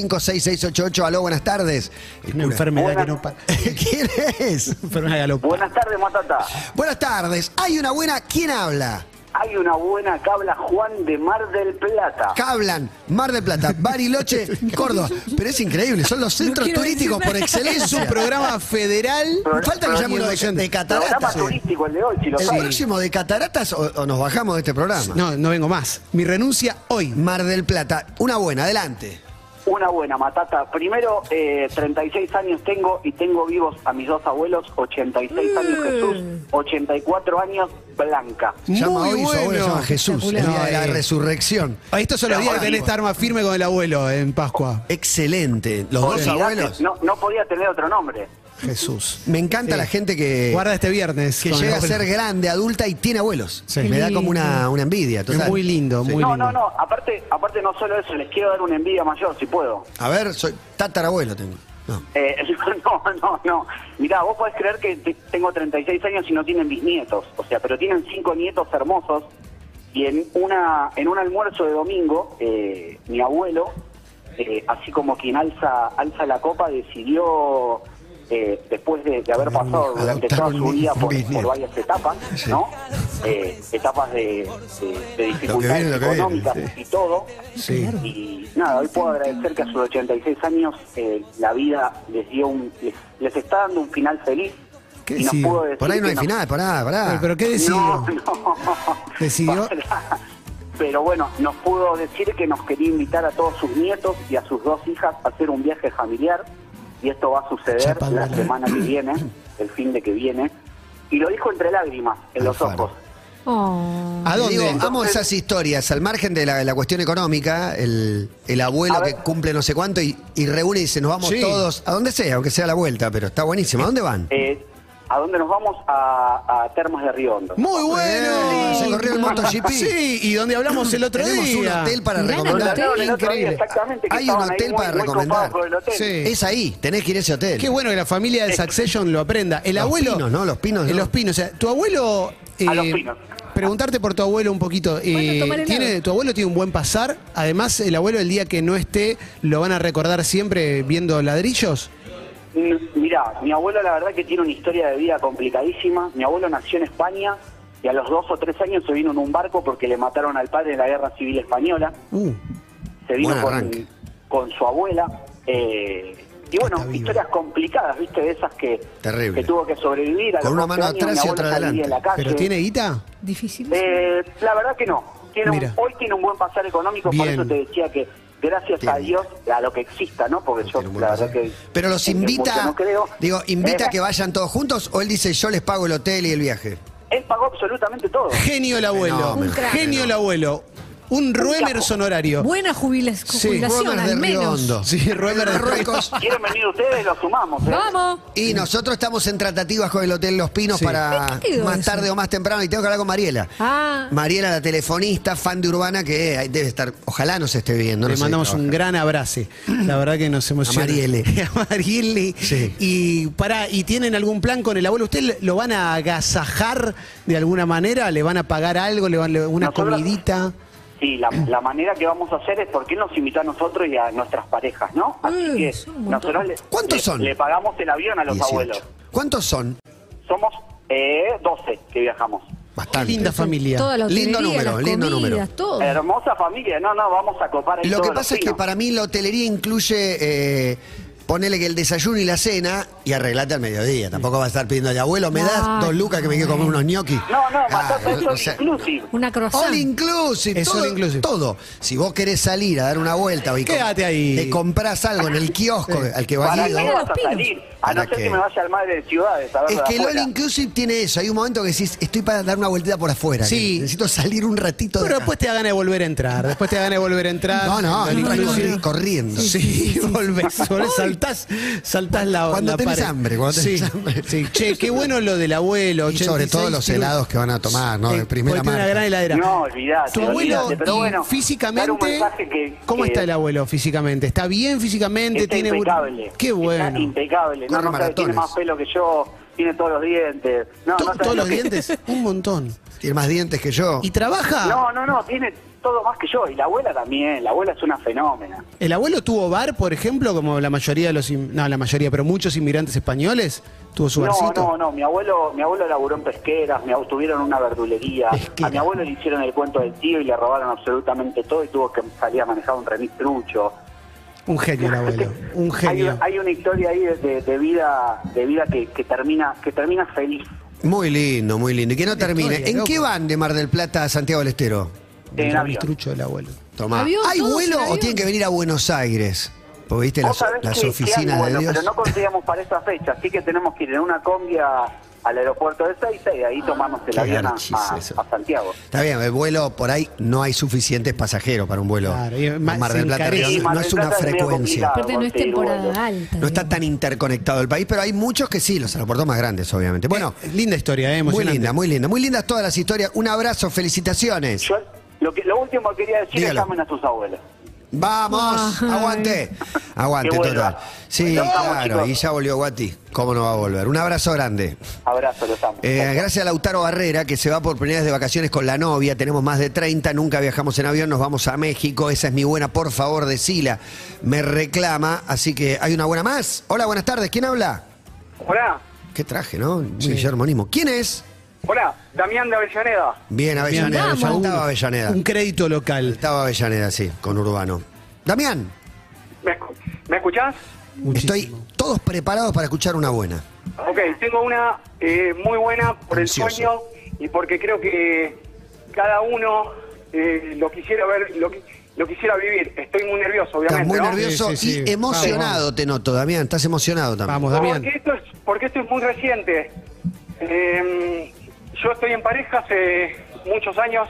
[SPEAKER 2] 4775-6688. Aló, buenas tardes.
[SPEAKER 3] Una enfermedad que no para.
[SPEAKER 2] ¿Quién es?
[SPEAKER 3] Enfermedad galopante.
[SPEAKER 11] Buenas tardes, Matata.
[SPEAKER 2] Buenas tardes. Hay una buena. ¿Quién habla?
[SPEAKER 11] Hay una buena que habla Juan de Mar del Plata.
[SPEAKER 2] Cablan, Mar del Plata, Bariloche, Córdoba. Pero es increíble, son los centros
[SPEAKER 4] quiero
[SPEAKER 2] turísticos
[SPEAKER 4] decir
[SPEAKER 2] por
[SPEAKER 4] nada.
[SPEAKER 3] Es un
[SPEAKER 2] excelencia.
[SPEAKER 3] programa federal.
[SPEAKER 2] Falta que llame uno de, de
[SPEAKER 11] Programa
[SPEAKER 3] eh.
[SPEAKER 2] cataratas.
[SPEAKER 11] turístico el de hoy, si lo
[SPEAKER 2] El
[SPEAKER 11] saben.
[SPEAKER 2] próximo de cataratas o, o nos bajamos de este programa.
[SPEAKER 3] No, no vengo más. Mi renuncia hoy.
[SPEAKER 2] Mar del Plata, una buena, adelante.
[SPEAKER 11] Una buena, Matata. Primero, eh, 36 años tengo y tengo vivos a mis dos abuelos, 86 años Jesús, 84 años Blanca.
[SPEAKER 2] Llama
[SPEAKER 3] Muy
[SPEAKER 2] hoy y su abuelo
[SPEAKER 3] bueno.
[SPEAKER 2] llama Jesús, el día de la
[SPEAKER 3] Eh.
[SPEAKER 2] resurrección.
[SPEAKER 3] A Estos son los días que tenés esta arma firme con el abuelo en Pascua.
[SPEAKER 2] Excelente. Los dos
[SPEAKER 11] Olvidate,
[SPEAKER 2] abuelos.
[SPEAKER 11] No, no podía tener otro nombre.
[SPEAKER 3] Jesús.
[SPEAKER 2] Me encanta
[SPEAKER 3] Sí.
[SPEAKER 2] la gente que,
[SPEAKER 3] Guarda este viernes.
[SPEAKER 2] que
[SPEAKER 3] con el
[SPEAKER 2] llega a
[SPEAKER 3] abuelo.
[SPEAKER 2] ser grande, adulta y tiene abuelos.
[SPEAKER 3] Sí.
[SPEAKER 2] Me da
[SPEAKER 4] Qué
[SPEAKER 2] como una,
[SPEAKER 4] lindo.
[SPEAKER 2] una envidia.
[SPEAKER 3] Es
[SPEAKER 2] total.
[SPEAKER 3] muy lindo,
[SPEAKER 2] Sí.
[SPEAKER 3] muy
[SPEAKER 11] no,
[SPEAKER 3] lindo.
[SPEAKER 11] no, no. Aparte, aparte no solo eso, les quiero dar una envidia mayor, si puedo.
[SPEAKER 2] A ver, soy tatarabuelo tengo. No.
[SPEAKER 11] Eh, no, no, no. Mirá, vos podés creer que te- tengo 36 años y no tienen bisnietos. O sea, pero tienen cinco nietos hermosos. Y en una en un almuerzo de domingo, eh, mi abuelo, eh, así como quien alza alza la copa, decidió, eh, después de, de haber pasado durante
[SPEAKER 2] adoptar
[SPEAKER 11] toda
[SPEAKER 2] un
[SPEAKER 11] su vida por,
[SPEAKER 2] bisnieto.
[SPEAKER 11] por varias etapas,
[SPEAKER 2] Sí.
[SPEAKER 11] ¿no? Eh, etapas de, de- de
[SPEAKER 2] viene,
[SPEAKER 11] dificultades
[SPEAKER 2] lo que viene,
[SPEAKER 11] económicas
[SPEAKER 2] sí.
[SPEAKER 11] y todo.
[SPEAKER 2] Sí.
[SPEAKER 11] Y nada, hoy puedo agradecer que a sus 86 años eh, la vida les dio un, les, les está dando un final feliz.
[SPEAKER 3] ¿Qué
[SPEAKER 11] y nos
[SPEAKER 3] decidió?
[SPEAKER 11] pudo decir
[SPEAKER 2] Por ahí no
[SPEAKER 11] que
[SPEAKER 2] hay final, pará, pará.
[SPEAKER 3] Pero, pero ¿qué decidió?
[SPEAKER 11] No, no.
[SPEAKER 3] Decidió-
[SPEAKER 11] Pero bueno, nos pudo decir que nos quería invitar a todos sus nietos y a sus dos hijas a hacer un viaje familiar. Y esto va a suceder
[SPEAKER 3] Chapa
[SPEAKER 11] la
[SPEAKER 2] ¿eh?
[SPEAKER 3] bola.
[SPEAKER 11] semana que viene, el fin de que viene. Y lo dijo entre lágrimas, en los
[SPEAKER 2] Alfaro.
[SPEAKER 11] ojos.
[SPEAKER 4] Oh.
[SPEAKER 3] ¿A dónde?
[SPEAKER 2] Digo, amo esas historias, al margen de la, la cuestión económica, el, el abuelo
[SPEAKER 11] A
[SPEAKER 2] que
[SPEAKER 11] ver.
[SPEAKER 2] cumple no sé cuánto y, y reúne y dice, nos vamos
[SPEAKER 3] Sí.
[SPEAKER 2] todos, a donde sea, aunque sea a la vuelta, pero está buenísimo. ¿A dónde van?
[SPEAKER 11] Eh, ¿A dónde nos vamos? A, a Termas de Río Hondo.
[SPEAKER 3] Muy
[SPEAKER 2] Eh,
[SPEAKER 3] bueno.
[SPEAKER 2] se corrió el MotoGP.
[SPEAKER 3] Sí, y donde hablamos el otro
[SPEAKER 2] Tenemos
[SPEAKER 3] día.
[SPEAKER 2] un hotel para
[SPEAKER 4] Gran
[SPEAKER 2] recomendar.
[SPEAKER 4] hotel.
[SPEAKER 11] Hablaron el otro día,
[SPEAKER 2] Increíble.
[SPEAKER 11] exactamente, que
[SPEAKER 2] Hay un
[SPEAKER 11] estaban ahí
[SPEAKER 2] hotel
[SPEAKER 11] muy-
[SPEAKER 2] para
[SPEAKER 11] muy
[SPEAKER 2] recomendar.
[SPEAKER 11] copados por el hotel.
[SPEAKER 3] Sí.
[SPEAKER 2] Es ahí, tenés que ir a ese hotel.
[SPEAKER 3] Qué bueno que la familia de Succession lo aprenda. El
[SPEAKER 2] Los
[SPEAKER 3] abuelo.
[SPEAKER 2] pinos, ¿no? Los pinos,
[SPEAKER 3] eh,
[SPEAKER 2] ¿no?
[SPEAKER 3] Los pinos. O sea, tu abuelo. eh,
[SPEAKER 11] A los pinos.
[SPEAKER 3] Preguntarte por tu abuelo un poquito. eh,
[SPEAKER 4] tomar helado.
[SPEAKER 3] tiene, tu abuelo tiene un buen pasar. Además, el abuelo el día que no esté lo van a recordar siempre viendo ladrillos.
[SPEAKER 11] Mm, Mirá, mi abuelo la verdad que tiene una historia de vida complicadísima. Mi abuelo nació en España y a los dos o tres años se vino en un barco porque le mataron al padre en la guerra civil española.
[SPEAKER 3] Uh,
[SPEAKER 11] Se vino
[SPEAKER 2] Buen arranque.
[SPEAKER 11] con, con su abuela. eh, y bueno,
[SPEAKER 3] Está vivo.
[SPEAKER 11] historias complicadas, ¿viste? De esas que,
[SPEAKER 2] Terrible.
[SPEAKER 11] que tuvo que sobrevivir. A
[SPEAKER 2] Con
[SPEAKER 11] los
[SPEAKER 2] una mano
[SPEAKER 11] 12 años,
[SPEAKER 2] atrás
[SPEAKER 11] mi
[SPEAKER 2] y
[SPEAKER 11] abuelo
[SPEAKER 2] otra
[SPEAKER 11] salía
[SPEAKER 2] adelante.
[SPEAKER 11] en la calle.
[SPEAKER 3] ¿Pero tiene guita?
[SPEAKER 4] Difícil.
[SPEAKER 11] Eh, la verdad que no. Tiene un-
[SPEAKER 3] Mira.
[SPEAKER 11] hoy tiene un buen pasar económico, por
[SPEAKER 3] Bien.
[SPEAKER 11] eso te decía que gracias a Dios, a lo que exista, ¿no? Porque yo,
[SPEAKER 2] Tiene un buen
[SPEAKER 11] la
[SPEAKER 2] pasar.
[SPEAKER 11] verdad que...
[SPEAKER 2] Pero los
[SPEAKER 11] en- en
[SPEAKER 2] invita,
[SPEAKER 11] mucho no creo.
[SPEAKER 2] digo, invita
[SPEAKER 11] Eh,
[SPEAKER 2] a que vayan todos juntos o él dice, yo les pago el hotel y el viaje.
[SPEAKER 11] Él pagó absolutamente todo.
[SPEAKER 3] Genio el abuelo.
[SPEAKER 2] Fenómeno,
[SPEAKER 3] Genio el abuelo. Un Ruemers honorario.
[SPEAKER 4] Buena jubila-
[SPEAKER 3] Sí.
[SPEAKER 4] jubilación,
[SPEAKER 2] Romer de
[SPEAKER 4] al
[SPEAKER 2] Río
[SPEAKER 4] menos.
[SPEAKER 2] Hondo.
[SPEAKER 3] Sí, Ruemers de
[SPEAKER 2] Marruecos.
[SPEAKER 11] ¿Quieren venir ustedes? Lo sumamos. ¿eh?
[SPEAKER 4] Vamos.
[SPEAKER 2] Y nosotros estamos en tratativas con el Hotel Los Pinos
[SPEAKER 3] Sí.
[SPEAKER 2] para
[SPEAKER 4] ¿En qué quedó
[SPEAKER 2] más
[SPEAKER 4] eso?
[SPEAKER 2] tarde o más temprano y tengo que hablar con Mariela.
[SPEAKER 4] Ah.
[SPEAKER 2] Mariela, la telefonista, fan de Urbana, que eh, debe estar, ojalá nos esté viendo.
[SPEAKER 3] Le
[SPEAKER 2] no sé,
[SPEAKER 3] mandamos
[SPEAKER 2] trabaja.
[SPEAKER 3] un gran abrazo. La verdad que nos emociona.
[SPEAKER 2] A Mariele.
[SPEAKER 3] A Mariele.
[SPEAKER 2] Sí.
[SPEAKER 3] Y pará, ¿y tienen algún plan con el abuelo? ¿Usted lo van a agasajar de alguna manera? ¿Le van a pagar algo? ¿Le van le- una
[SPEAKER 11] Nosotros-
[SPEAKER 3] comidita?
[SPEAKER 11] Sí, la, la manera que vamos a hacer es porque él nos invitó a nosotros y a nuestras parejas, ¿no? Así
[SPEAKER 4] Mm,
[SPEAKER 11] que
[SPEAKER 4] es un montón.
[SPEAKER 11] nosotros le,
[SPEAKER 2] ¿Cuántos
[SPEAKER 11] le-
[SPEAKER 2] son?
[SPEAKER 11] le pagamos el avión a los
[SPEAKER 2] 18.
[SPEAKER 11] abuelos.
[SPEAKER 2] ¿Cuántos son?
[SPEAKER 11] Somos eh, 12 que viajamos.
[SPEAKER 3] Qué
[SPEAKER 2] Bastante.
[SPEAKER 3] linda familia.
[SPEAKER 4] Toda la hotelería,
[SPEAKER 2] Lindo número,
[SPEAKER 4] las
[SPEAKER 2] lindo
[SPEAKER 4] comidas,
[SPEAKER 2] número.
[SPEAKER 4] todo.
[SPEAKER 11] Hermosa familia, no, no, vamos a copar ahí
[SPEAKER 2] Lo
[SPEAKER 11] todos
[SPEAKER 2] que
[SPEAKER 11] los
[SPEAKER 2] pasa es que
[SPEAKER 11] pinos.
[SPEAKER 2] para mí la hotelería incluye eh, ponerle que el desayuno y la cena y arreglate al mediodía. Tampoco va a estar pidiendo de abuelo, me das
[SPEAKER 4] Ay,
[SPEAKER 2] dos lucas que me quiero comer unos ñoquis.
[SPEAKER 11] No, no,
[SPEAKER 2] Ah,
[SPEAKER 11] Matata, eso
[SPEAKER 2] o
[SPEAKER 11] es
[SPEAKER 2] sea,
[SPEAKER 11] inclusive.
[SPEAKER 4] Una croissant.
[SPEAKER 2] All inclusive,
[SPEAKER 3] Es
[SPEAKER 2] todo,
[SPEAKER 3] all inclusive.
[SPEAKER 2] todo. Si vos querés salir a dar una vuelta y com-
[SPEAKER 3] Quédate ahí.
[SPEAKER 2] te comprás algo en el kiosco al que
[SPEAKER 11] ¿Para
[SPEAKER 2] vas
[SPEAKER 11] qué
[SPEAKER 2] ido.
[SPEAKER 4] los
[SPEAKER 11] vas a
[SPEAKER 4] pinos?
[SPEAKER 11] salir? A no
[SPEAKER 2] ¿Para
[SPEAKER 11] ser
[SPEAKER 2] qué?
[SPEAKER 11] que me vaya al madre de ciudades a
[SPEAKER 2] Es
[SPEAKER 11] verlo de
[SPEAKER 2] que el all
[SPEAKER 11] afuera.
[SPEAKER 2] inclusive tiene eso. Hay un momento que decís, estoy para dar una vueltita por afuera.
[SPEAKER 3] Sí.
[SPEAKER 2] que Necesito salir un ratito de
[SPEAKER 3] Pero pues,
[SPEAKER 2] acá.
[SPEAKER 3] después te da ganas de volver a entrar. Después te da ganas de volver a entrar.
[SPEAKER 2] No, no,
[SPEAKER 3] Al
[SPEAKER 2] entras
[SPEAKER 3] inclusive.
[SPEAKER 2] corri- corriendo.
[SPEAKER 3] Sí, volvés, volvés, saltás, saltás la
[SPEAKER 2] Cuando
[SPEAKER 3] la
[SPEAKER 2] tenés
[SPEAKER 3] pared.
[SPEAKER 2] hambre, cuando tenés
[SPEAKER 3] Sí,
[SPEAKER 2] hambre.
[SPEAKER 3] sí. Che, qué bueno lo del abuelo.
[SPEAKER 2] Y sobre
[SPEAKER 3] 86
[SPEAKER 2] todo los
[SPEAKER 3] piru-
[SPEAKER 2] helados que van a tomar, ¿no? De
[SPEAKER 3] Eh,
[SPEAKER 2] primera
[SPEAKER 3] porque tiene una
[SPEAKER 2] marca.
[SPEAKER 3] gran heladera.
[SPEAKER 11] No, olvidate,
[SPEAKER 3] Tu abuelo
[SPEAKER 11] olvidate, pero
[SPEAKER 3] y
[SPEAKER 11] bueno, dar un
[SPEAKER 3] físicamente,
[SPEAKER 11] mensaje que-
[SPEAKER 3] ¿cómo
[SPEAKER 11] que-
[SPEAKER 3] está el abuelo físicamente? ¿Está bien físicamente?
[SPEAKER 11] Está
[SPEAKER 3] tiene
[SPEAKER 11] impecable.
[SPEAKER 3] Qué
[SPEAKER 11] Está
[SPEAKER 3] bueno.
[SPEAKER 11] impecable. No,
[SPEAKER 2] Corre
[SPEAKER 11] no sabe, tiene
[SPEAKER 2] maratones.
[SPEAKER 11] más pelo que yo, tiene todos los dientes. No, no
[SPEAKER 3] To-
[SPEAKER 11] sabe
[SPEAKER 3] todos
[SPEAKER 11] lo
[SPEAKER 3] los
[SPEAKER 11] que-
[SPEAKER 3] dientes, un montón.
[SPEAKER 2] Tiene más dientes que yo.
[SPEAKER 3] ¿Y trabaja?
[SPEAKER 8] No, no, no, tiene todo más que yo. Y la abuela también. La abuela es una fenómena.
[SPEAKER 3] ¿El abuelo tuvo bar, por ejemplo, como la mayoría de los... in- No, la mayoría, pero muchos inmigrantes españoles? ¿Tuvo su
[SPEAKER 8] No,
[SPEAKER 3] barcito?
[SPEAKER 8] no, no. Mi abuelo, mi abuelo laburó en pesqueras, mi abuelo tuvieron una verdulería. A mi abuelo le hicieron el cuento del tío y le robaron absolutamente todo y tuvo que salir a manejar un remis trucho.
[SPEAKER 3] Un genio el abuelo, un
[SPEAKER 8] Hay,
[SPEAKER 3] genio.
[SPEAKER 8] hay una historia ahí de, de- de vida, de vida que, que termina, que termina feliz.
[SPEAKER 2] Muy lindo, muy lindo. Y que no termine.
[SPEAKER 8] historia,
[SPEAKER 2] ¿En
[SPEAKER 8] loco.
[SPEAKER 2] qué van de Mar del Plata a Santiago del Estero?
[SPEAKER 8] En
[SPEAKER 2] El
[SPEAKER 8] avión.
[SPEAKER 3] Trucho del abuelo.
[SPEAKER 2] Tomá.
[SPEAKER 8] Avión,
[SPEAKER 2] ¿Hay
[SPEAKER 8] todos en
[SPEAKER 2] vuelo o
[SPEAKER 8] avión.
[SPEAKER 2] tienen que venir a Buenos Aires? Porque viste
[SPEAKER 8] Vos
[SPEAKER 2] las,
[SPEAKER 8] sabés
[SPEAKER 2] las
[SPEAKER 8] que- que
[SPEAKER 2] oficinas
[SPEAKER 8] hay vuelo,
[SPEAKER 2] de Dios.
[SPEAKER 8] Pero no conseguíamos para esa fecha, así que tenemos que ir en una combi a- al aeropuerto de Seiza y ahí tomarnos el
[SPEAKER 2] Ah, Qué
[SPEAKER 8] avión a,
[SPEAKER 2] garchis
[SPEAKER 8] a-
[SPEAKER 2] eso.
[SPEAKER 8] a Santiago.
[SPEAKER 2] Está bien, el vuelo por ahí no hay suficientes pasajeros para un vuelo.
[SPEAKER 3] Claro, y
[SPEAKER 2] a
[SPEAKER 3] ma-
[SPEAKER 2] Mar del
[SPEAKER 3] se
[SPEAKER 2] Plata
[SPEAKER 3] encarece.
[SPEAKER 2] Río, no,
[SPEAKER 3] Mar
[SPEAKER 2] es
[SPEAKER 3] del
[SPEAKER 2] una
[SPEAKER 3] Plata es medio
[SPEAKER 2] frecuencia.
[SPEAKER 4] Aparte no es temporada alta.
[SPEAKER 2] No está tan interconectado el país, pero hay muchos que sí, los aeropuertos más grandes, obviamente. Bueno,
[SPEAKER 3] linda historia, ¿eh?
[SPEAKER 2] Muy
[SPEAKER 3] Emocionante.
[SPEAKER 2] linda, muy linda. Muy lindas todas las historias. Un abrazo, felicitaciones.
[SPEAKER 8] Lo, que, lo último que quería decir
[SPEAKER 2] Dígalo.
[SPEAKER 8] es amen a sus abuelos.
[SPEAKER 2] Vamos,
[SPEAKER 8] Ay.
[SPEAKER 2] aguante. Aguante,
[SPEAKER 8] Que vuelva.
[SPEAKER 2] total. Sí,
[SPEAKER 8] Nos vamos,
[SPEAKER 2] claro,
[SPEAKER 8] chicos.
[SPEAKER 2] y ya volvió Guati. ¿Cómo no va a volver? Un abrazo grande.
[SPEAKER 8] Abrazo, los amo.
[SPEAKER 2] Eh, gracias a Lautaro Barrera, que se va por primera vez de vacaciones con la novia. Tenemos más de 30, nunca viajamos en avión, nos vamos a México. Esa es mi buena, por favor, decila. Me reclama, así que hay una buena más. Hola, buenas tardes. ¿Quién habla?
[SPEAKER 12] Hola,
[SPEAKER 2] Qué traje, ¿no? Muy Guillermo Nismo. ¿Quién es?
[SPEAKER 12] hola, Damián de Avellaneda.
[SPEAKER 2] Bien, Avellaneda.
[SPEAKER 12] vamos.
[SPEAKER 2] me faltaba Avellaneda.
[SPEAKER 3] Un crédito local.
[SPEAKER 2] Estaba Avellaneda, sí, con Urbano. Damián,
[SPEAKER 12] ¿Me, escu- me escuchás?
[SPEAKER 2] estoy todos preparados para escuchar una buena.
[SPEAKER 12] Ok, tengo una eh, muy buena por
[SPEAKER 2] Ansioso.
[SPEAKER 12] el sueño y porque creo que cada uno eh, lo quisiera ver, lo, qui- lo quisiera vivir. Estoy muy nervioso, obviamente.
[SPEAKER 2] Estás muy
[SPEAKER 12] ¿no?
[SPEAKER 2] nervioso y emocionado te noto, Damián. Estás emocionado también. Vamos,
[SPEAKER 12] Porque esto es, porque esto es muy reciente. Eh, yo estoy en pareja hace muchos años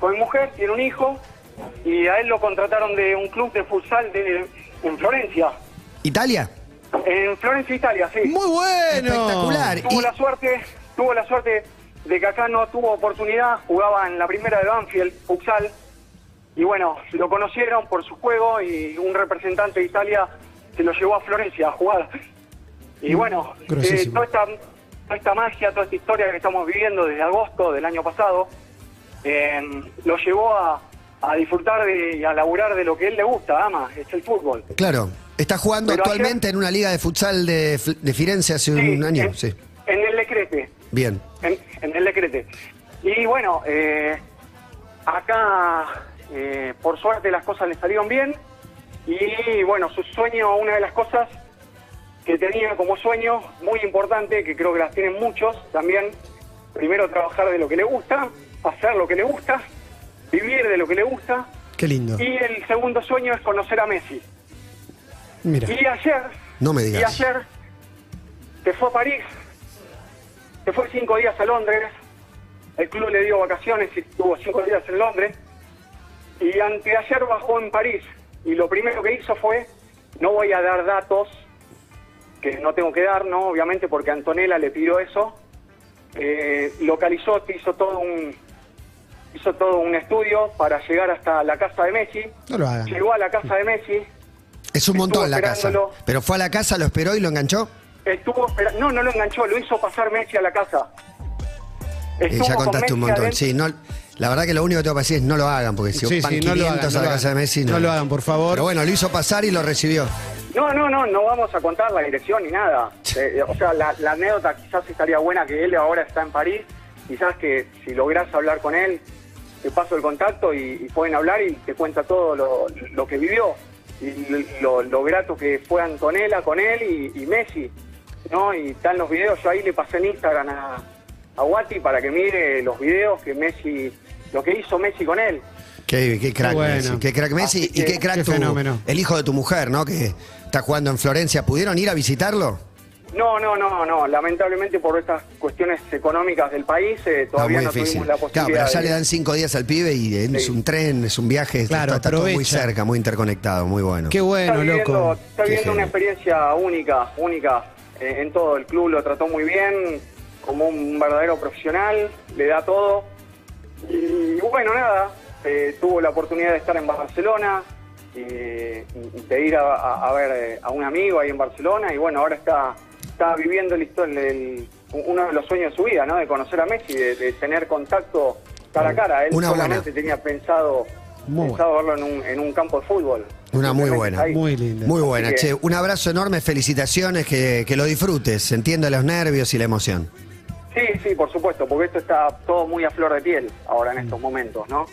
[SPEAKER 12] con mi mujer, tiene un hijo, y a él lo contrataron de un club de futsal de, en Florencia.
[SPEAKER 2] Italia.
[SPEAKER 12] En Eh, Florencia, Italia, sí.
[SPEAKER 3] Muy bueno.
[SPEAKER 2] Espectacular.
[SPEAKER 12] Tuvo la suerte, tuvo la suerte de que acá no tuvo oportunidad, jugaba en la primera de Banfield, futsal, y bueno, lo conocieron por su juego y un representante de Italia se lo llevó a Florencia a jugar. Y bueno, eh,
[SPEAKER 3] Grosísimo.
[SPEAKER 12] toda, esta, toda esta magia, toda esta historia que estamos viviendo desde agosto del año pasado, eh, lo llevó a, a disfrutar de- y a laburar de lo que él le gusta, ama, es el fútbol.
[SPEAKER 2] Claro. Estás jugando
[SPEAKER 12] Pero
[SPEAKER 2] actualmente en una liga de futsal de, F- de Firenze hace un
[SPEAKER 12] eh.
[SPEAKER 2] año. Sí.
[SPEAKER 12] En el le crece.
[SPEAKER 2] Bien.
[SPEAKER 12] en, en el decrete. Y bueno, eh, acá eh, por suerte las cosas le salieron bien y bueno, su sueño, una de las cosas que tenía como sueño muy importante, que creo que las tienen muchos también, primero trabajar de lo que le gusta, hacer lo que le gusta, vivir de lo que le gusta
[SPEAKER 3] Qué lindo.
[SPEAKER 12] y el segundo sueño es conocer a Messi.
[SPEAKER 3] Mira,
[SPEAKER 12] Y ayer
[SPEAKER 3] no me
[SPEAKER 12] y ayer se fue a París, se fue cinco días a Londres, el club le dio vacaciones y estuvo cinco días en Londres, y anteayer bajó en París, y lo primero que hizo fue, no voy a dar datos, que no tengo que dar, ¿no? Obviamente porque Antonella le pidió eso, eh, localizó, hizo todo un hizo todo un estudio para llegar hasta la casa de Messi,
[SPEAKER 3] No lo hagan.
[SPEAKER 12] llegó a la casa de Messi,
[SPEAKER 2] Es un montón la casa.
[SPEAKER 12] esperándolo.
[SPEAKER 2] Pero fue a la casa, lo esperó y lo enganchó.
[SPEAKER 12] Estuvo espera- No, no lo enganchó, lo hizo pasar Messi a la casa.
[SPEAKER 2] Y
[SPEAKER 12] Estuvo
[SPEAKER 2] Eh, ya
[SPEAKER 12] con
[SPEAKER 2] contaste
[SPEAKER 12] Messi
[SPEAKER 2] un montón.
[SPEAKER 12] adentro.
[SPEAKER 2] Sí, no, la verdad que lo único que tengo que decir es no lo hagan, porque si
[SPEAKER 3] Sí,
[SPEAKER 2] van
[SPEAKER 3] sí, no lo hagan,
[SPEAKER 2] 500
[SPEAKER 3] no
[SPEAKER 2] a la
[SPEAKER 3] lo
[SPEAKER 2] casa de
[SPEAKER 3] hagan.
[SPEAKER 2] Messi.
[SPEAKER 3] No lo hagan, por favor.
[SPEAKER 2] Pero bueno, lo hizo pasar y lo recibió.
[SPEAKER 12] No, no, no, no vamos a contar la dirección ni nada. Eh, eh, o sea, la, la anécdota quizás estaría buena que él ahora está en París. Quizás que si lográs hablar con él, te paso el contacto y, y pueden hablar y te cuenta todo lo, lo que vivió y lo, lo grato que fue Antonella con él y, y Messi. ¿no? Y están los videos, yo ahí le pasé en Instagram a, a Guati para que mire los videos que Messi, lo que hizo Messi con él.
[SPEAKER 2] Qué, qué crack,
[SPEAKER 3] Qué bueno.
[SPEAKER 2] Messi, qué crack Messi
[SPEAKER 12] Así
[SPEAKER 2] y
[SPEAKER 12] que-
[SPEAKER 2] qué crack
[SPEAKER 3] Qué
[SPEAKER 2] tu-
[SPEAKER 3] fenómeno.
[SPEAKER 2] el hijo de tu mujer, ¿no? Que está jugando en Florencia. ¿Pudieron ir a visitarlo?
[SPEAKER 12] No, no, no, no. Lamentablemente por estas cuestiones económicas del país eh, todavía
[SPEAKER 2] Ah, muy
[SPEAKER 12] no
[SPEAKER 2] difícil.
[SPEAKER 12] tuvimos la
[SPEAKER 2] Claro, pero
[SPEAKER 12] posibilidad.
[SPEAKER 2] ya
[SPEAKER 12] de-
[SPEAKER 2] le dan cinco días al pibe y eh, es un tren, es un viaje,
[SPEAKER 3] Claro,
[SPEAKER 2] está, está todo muy
[SPEAKER 3] aprovecha.
[SPEAKER 2] cerca, muy interconectado, muy bueno.
[SPEAKER 3] Qué bueno,
[SPEAKER 12] está viviendo,
[SPEAKER 3] loco.
[SPEAKER 12] está
[SPEAKER 2] Qué
[SPEAKER 12] viviendo una
[SPEAKER 2] genio.
[SPEAKER 12] experiencia única, única eh, en todo. El club lo trató muy bien, como un verdadero profesional, le da todo. Y bueno, nada, eh, tuvo la oportunidad de estar en Barcelona, eh, y de ir a, a- a ver eh, a un amigo ahí en Barcelona y bueno, ahora está, está viviendo el, histo- el- u- uno de los sueños de su vida, ¿no? De conocer a Messi, de, de tener contacto cara a cara. Él
[SPEAKER 2] Una buena.
[SPEAKER 12] solamente tenía pensado,
[SPEAKER 2] Muy
[SPEAKER 12] pensado verlo en un, en un campo de fútbol.
[SPEAKER 2] Una muy buena.
[SPEAKER 12] Ahí.
[SPEAKER 3] Muy linda.
[SPEAKER 2] Muy buena,
[SPEAKER 12] Así que-
[SPEAKER 2] che. Un abrazo enorme, felicitaciones, que, que lo disfrutes. Entiendo los nervios y la emoción.
[SPEAKER 12] Sí, sí, por supuesto, porque esto está todo muy a flor de piel ahora en estos momentos, ¿no?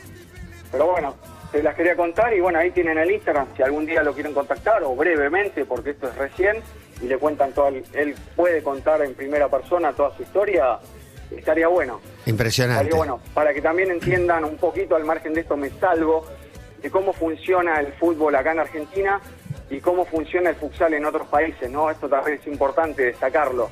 [SPEAKER 12] Pero bueno, se las quería contar y bueno, ahí tienen el Instagram, si algún día lo quieren contactar o brevemente, porque esto es recién, y le cuentan todo, el- él puede contar en primera persona toda su historia, estaría bueno.
[SPEAKER 2] Impresionante.
[SPEAKER 12] Estaría bueno, para que también entiendan un poquito al margen de esto, me salvo de cómo funciona el fútbol acá en Argentina y cómo funciona el futsal en otros países, ¿no? Esto también es importante destacarlo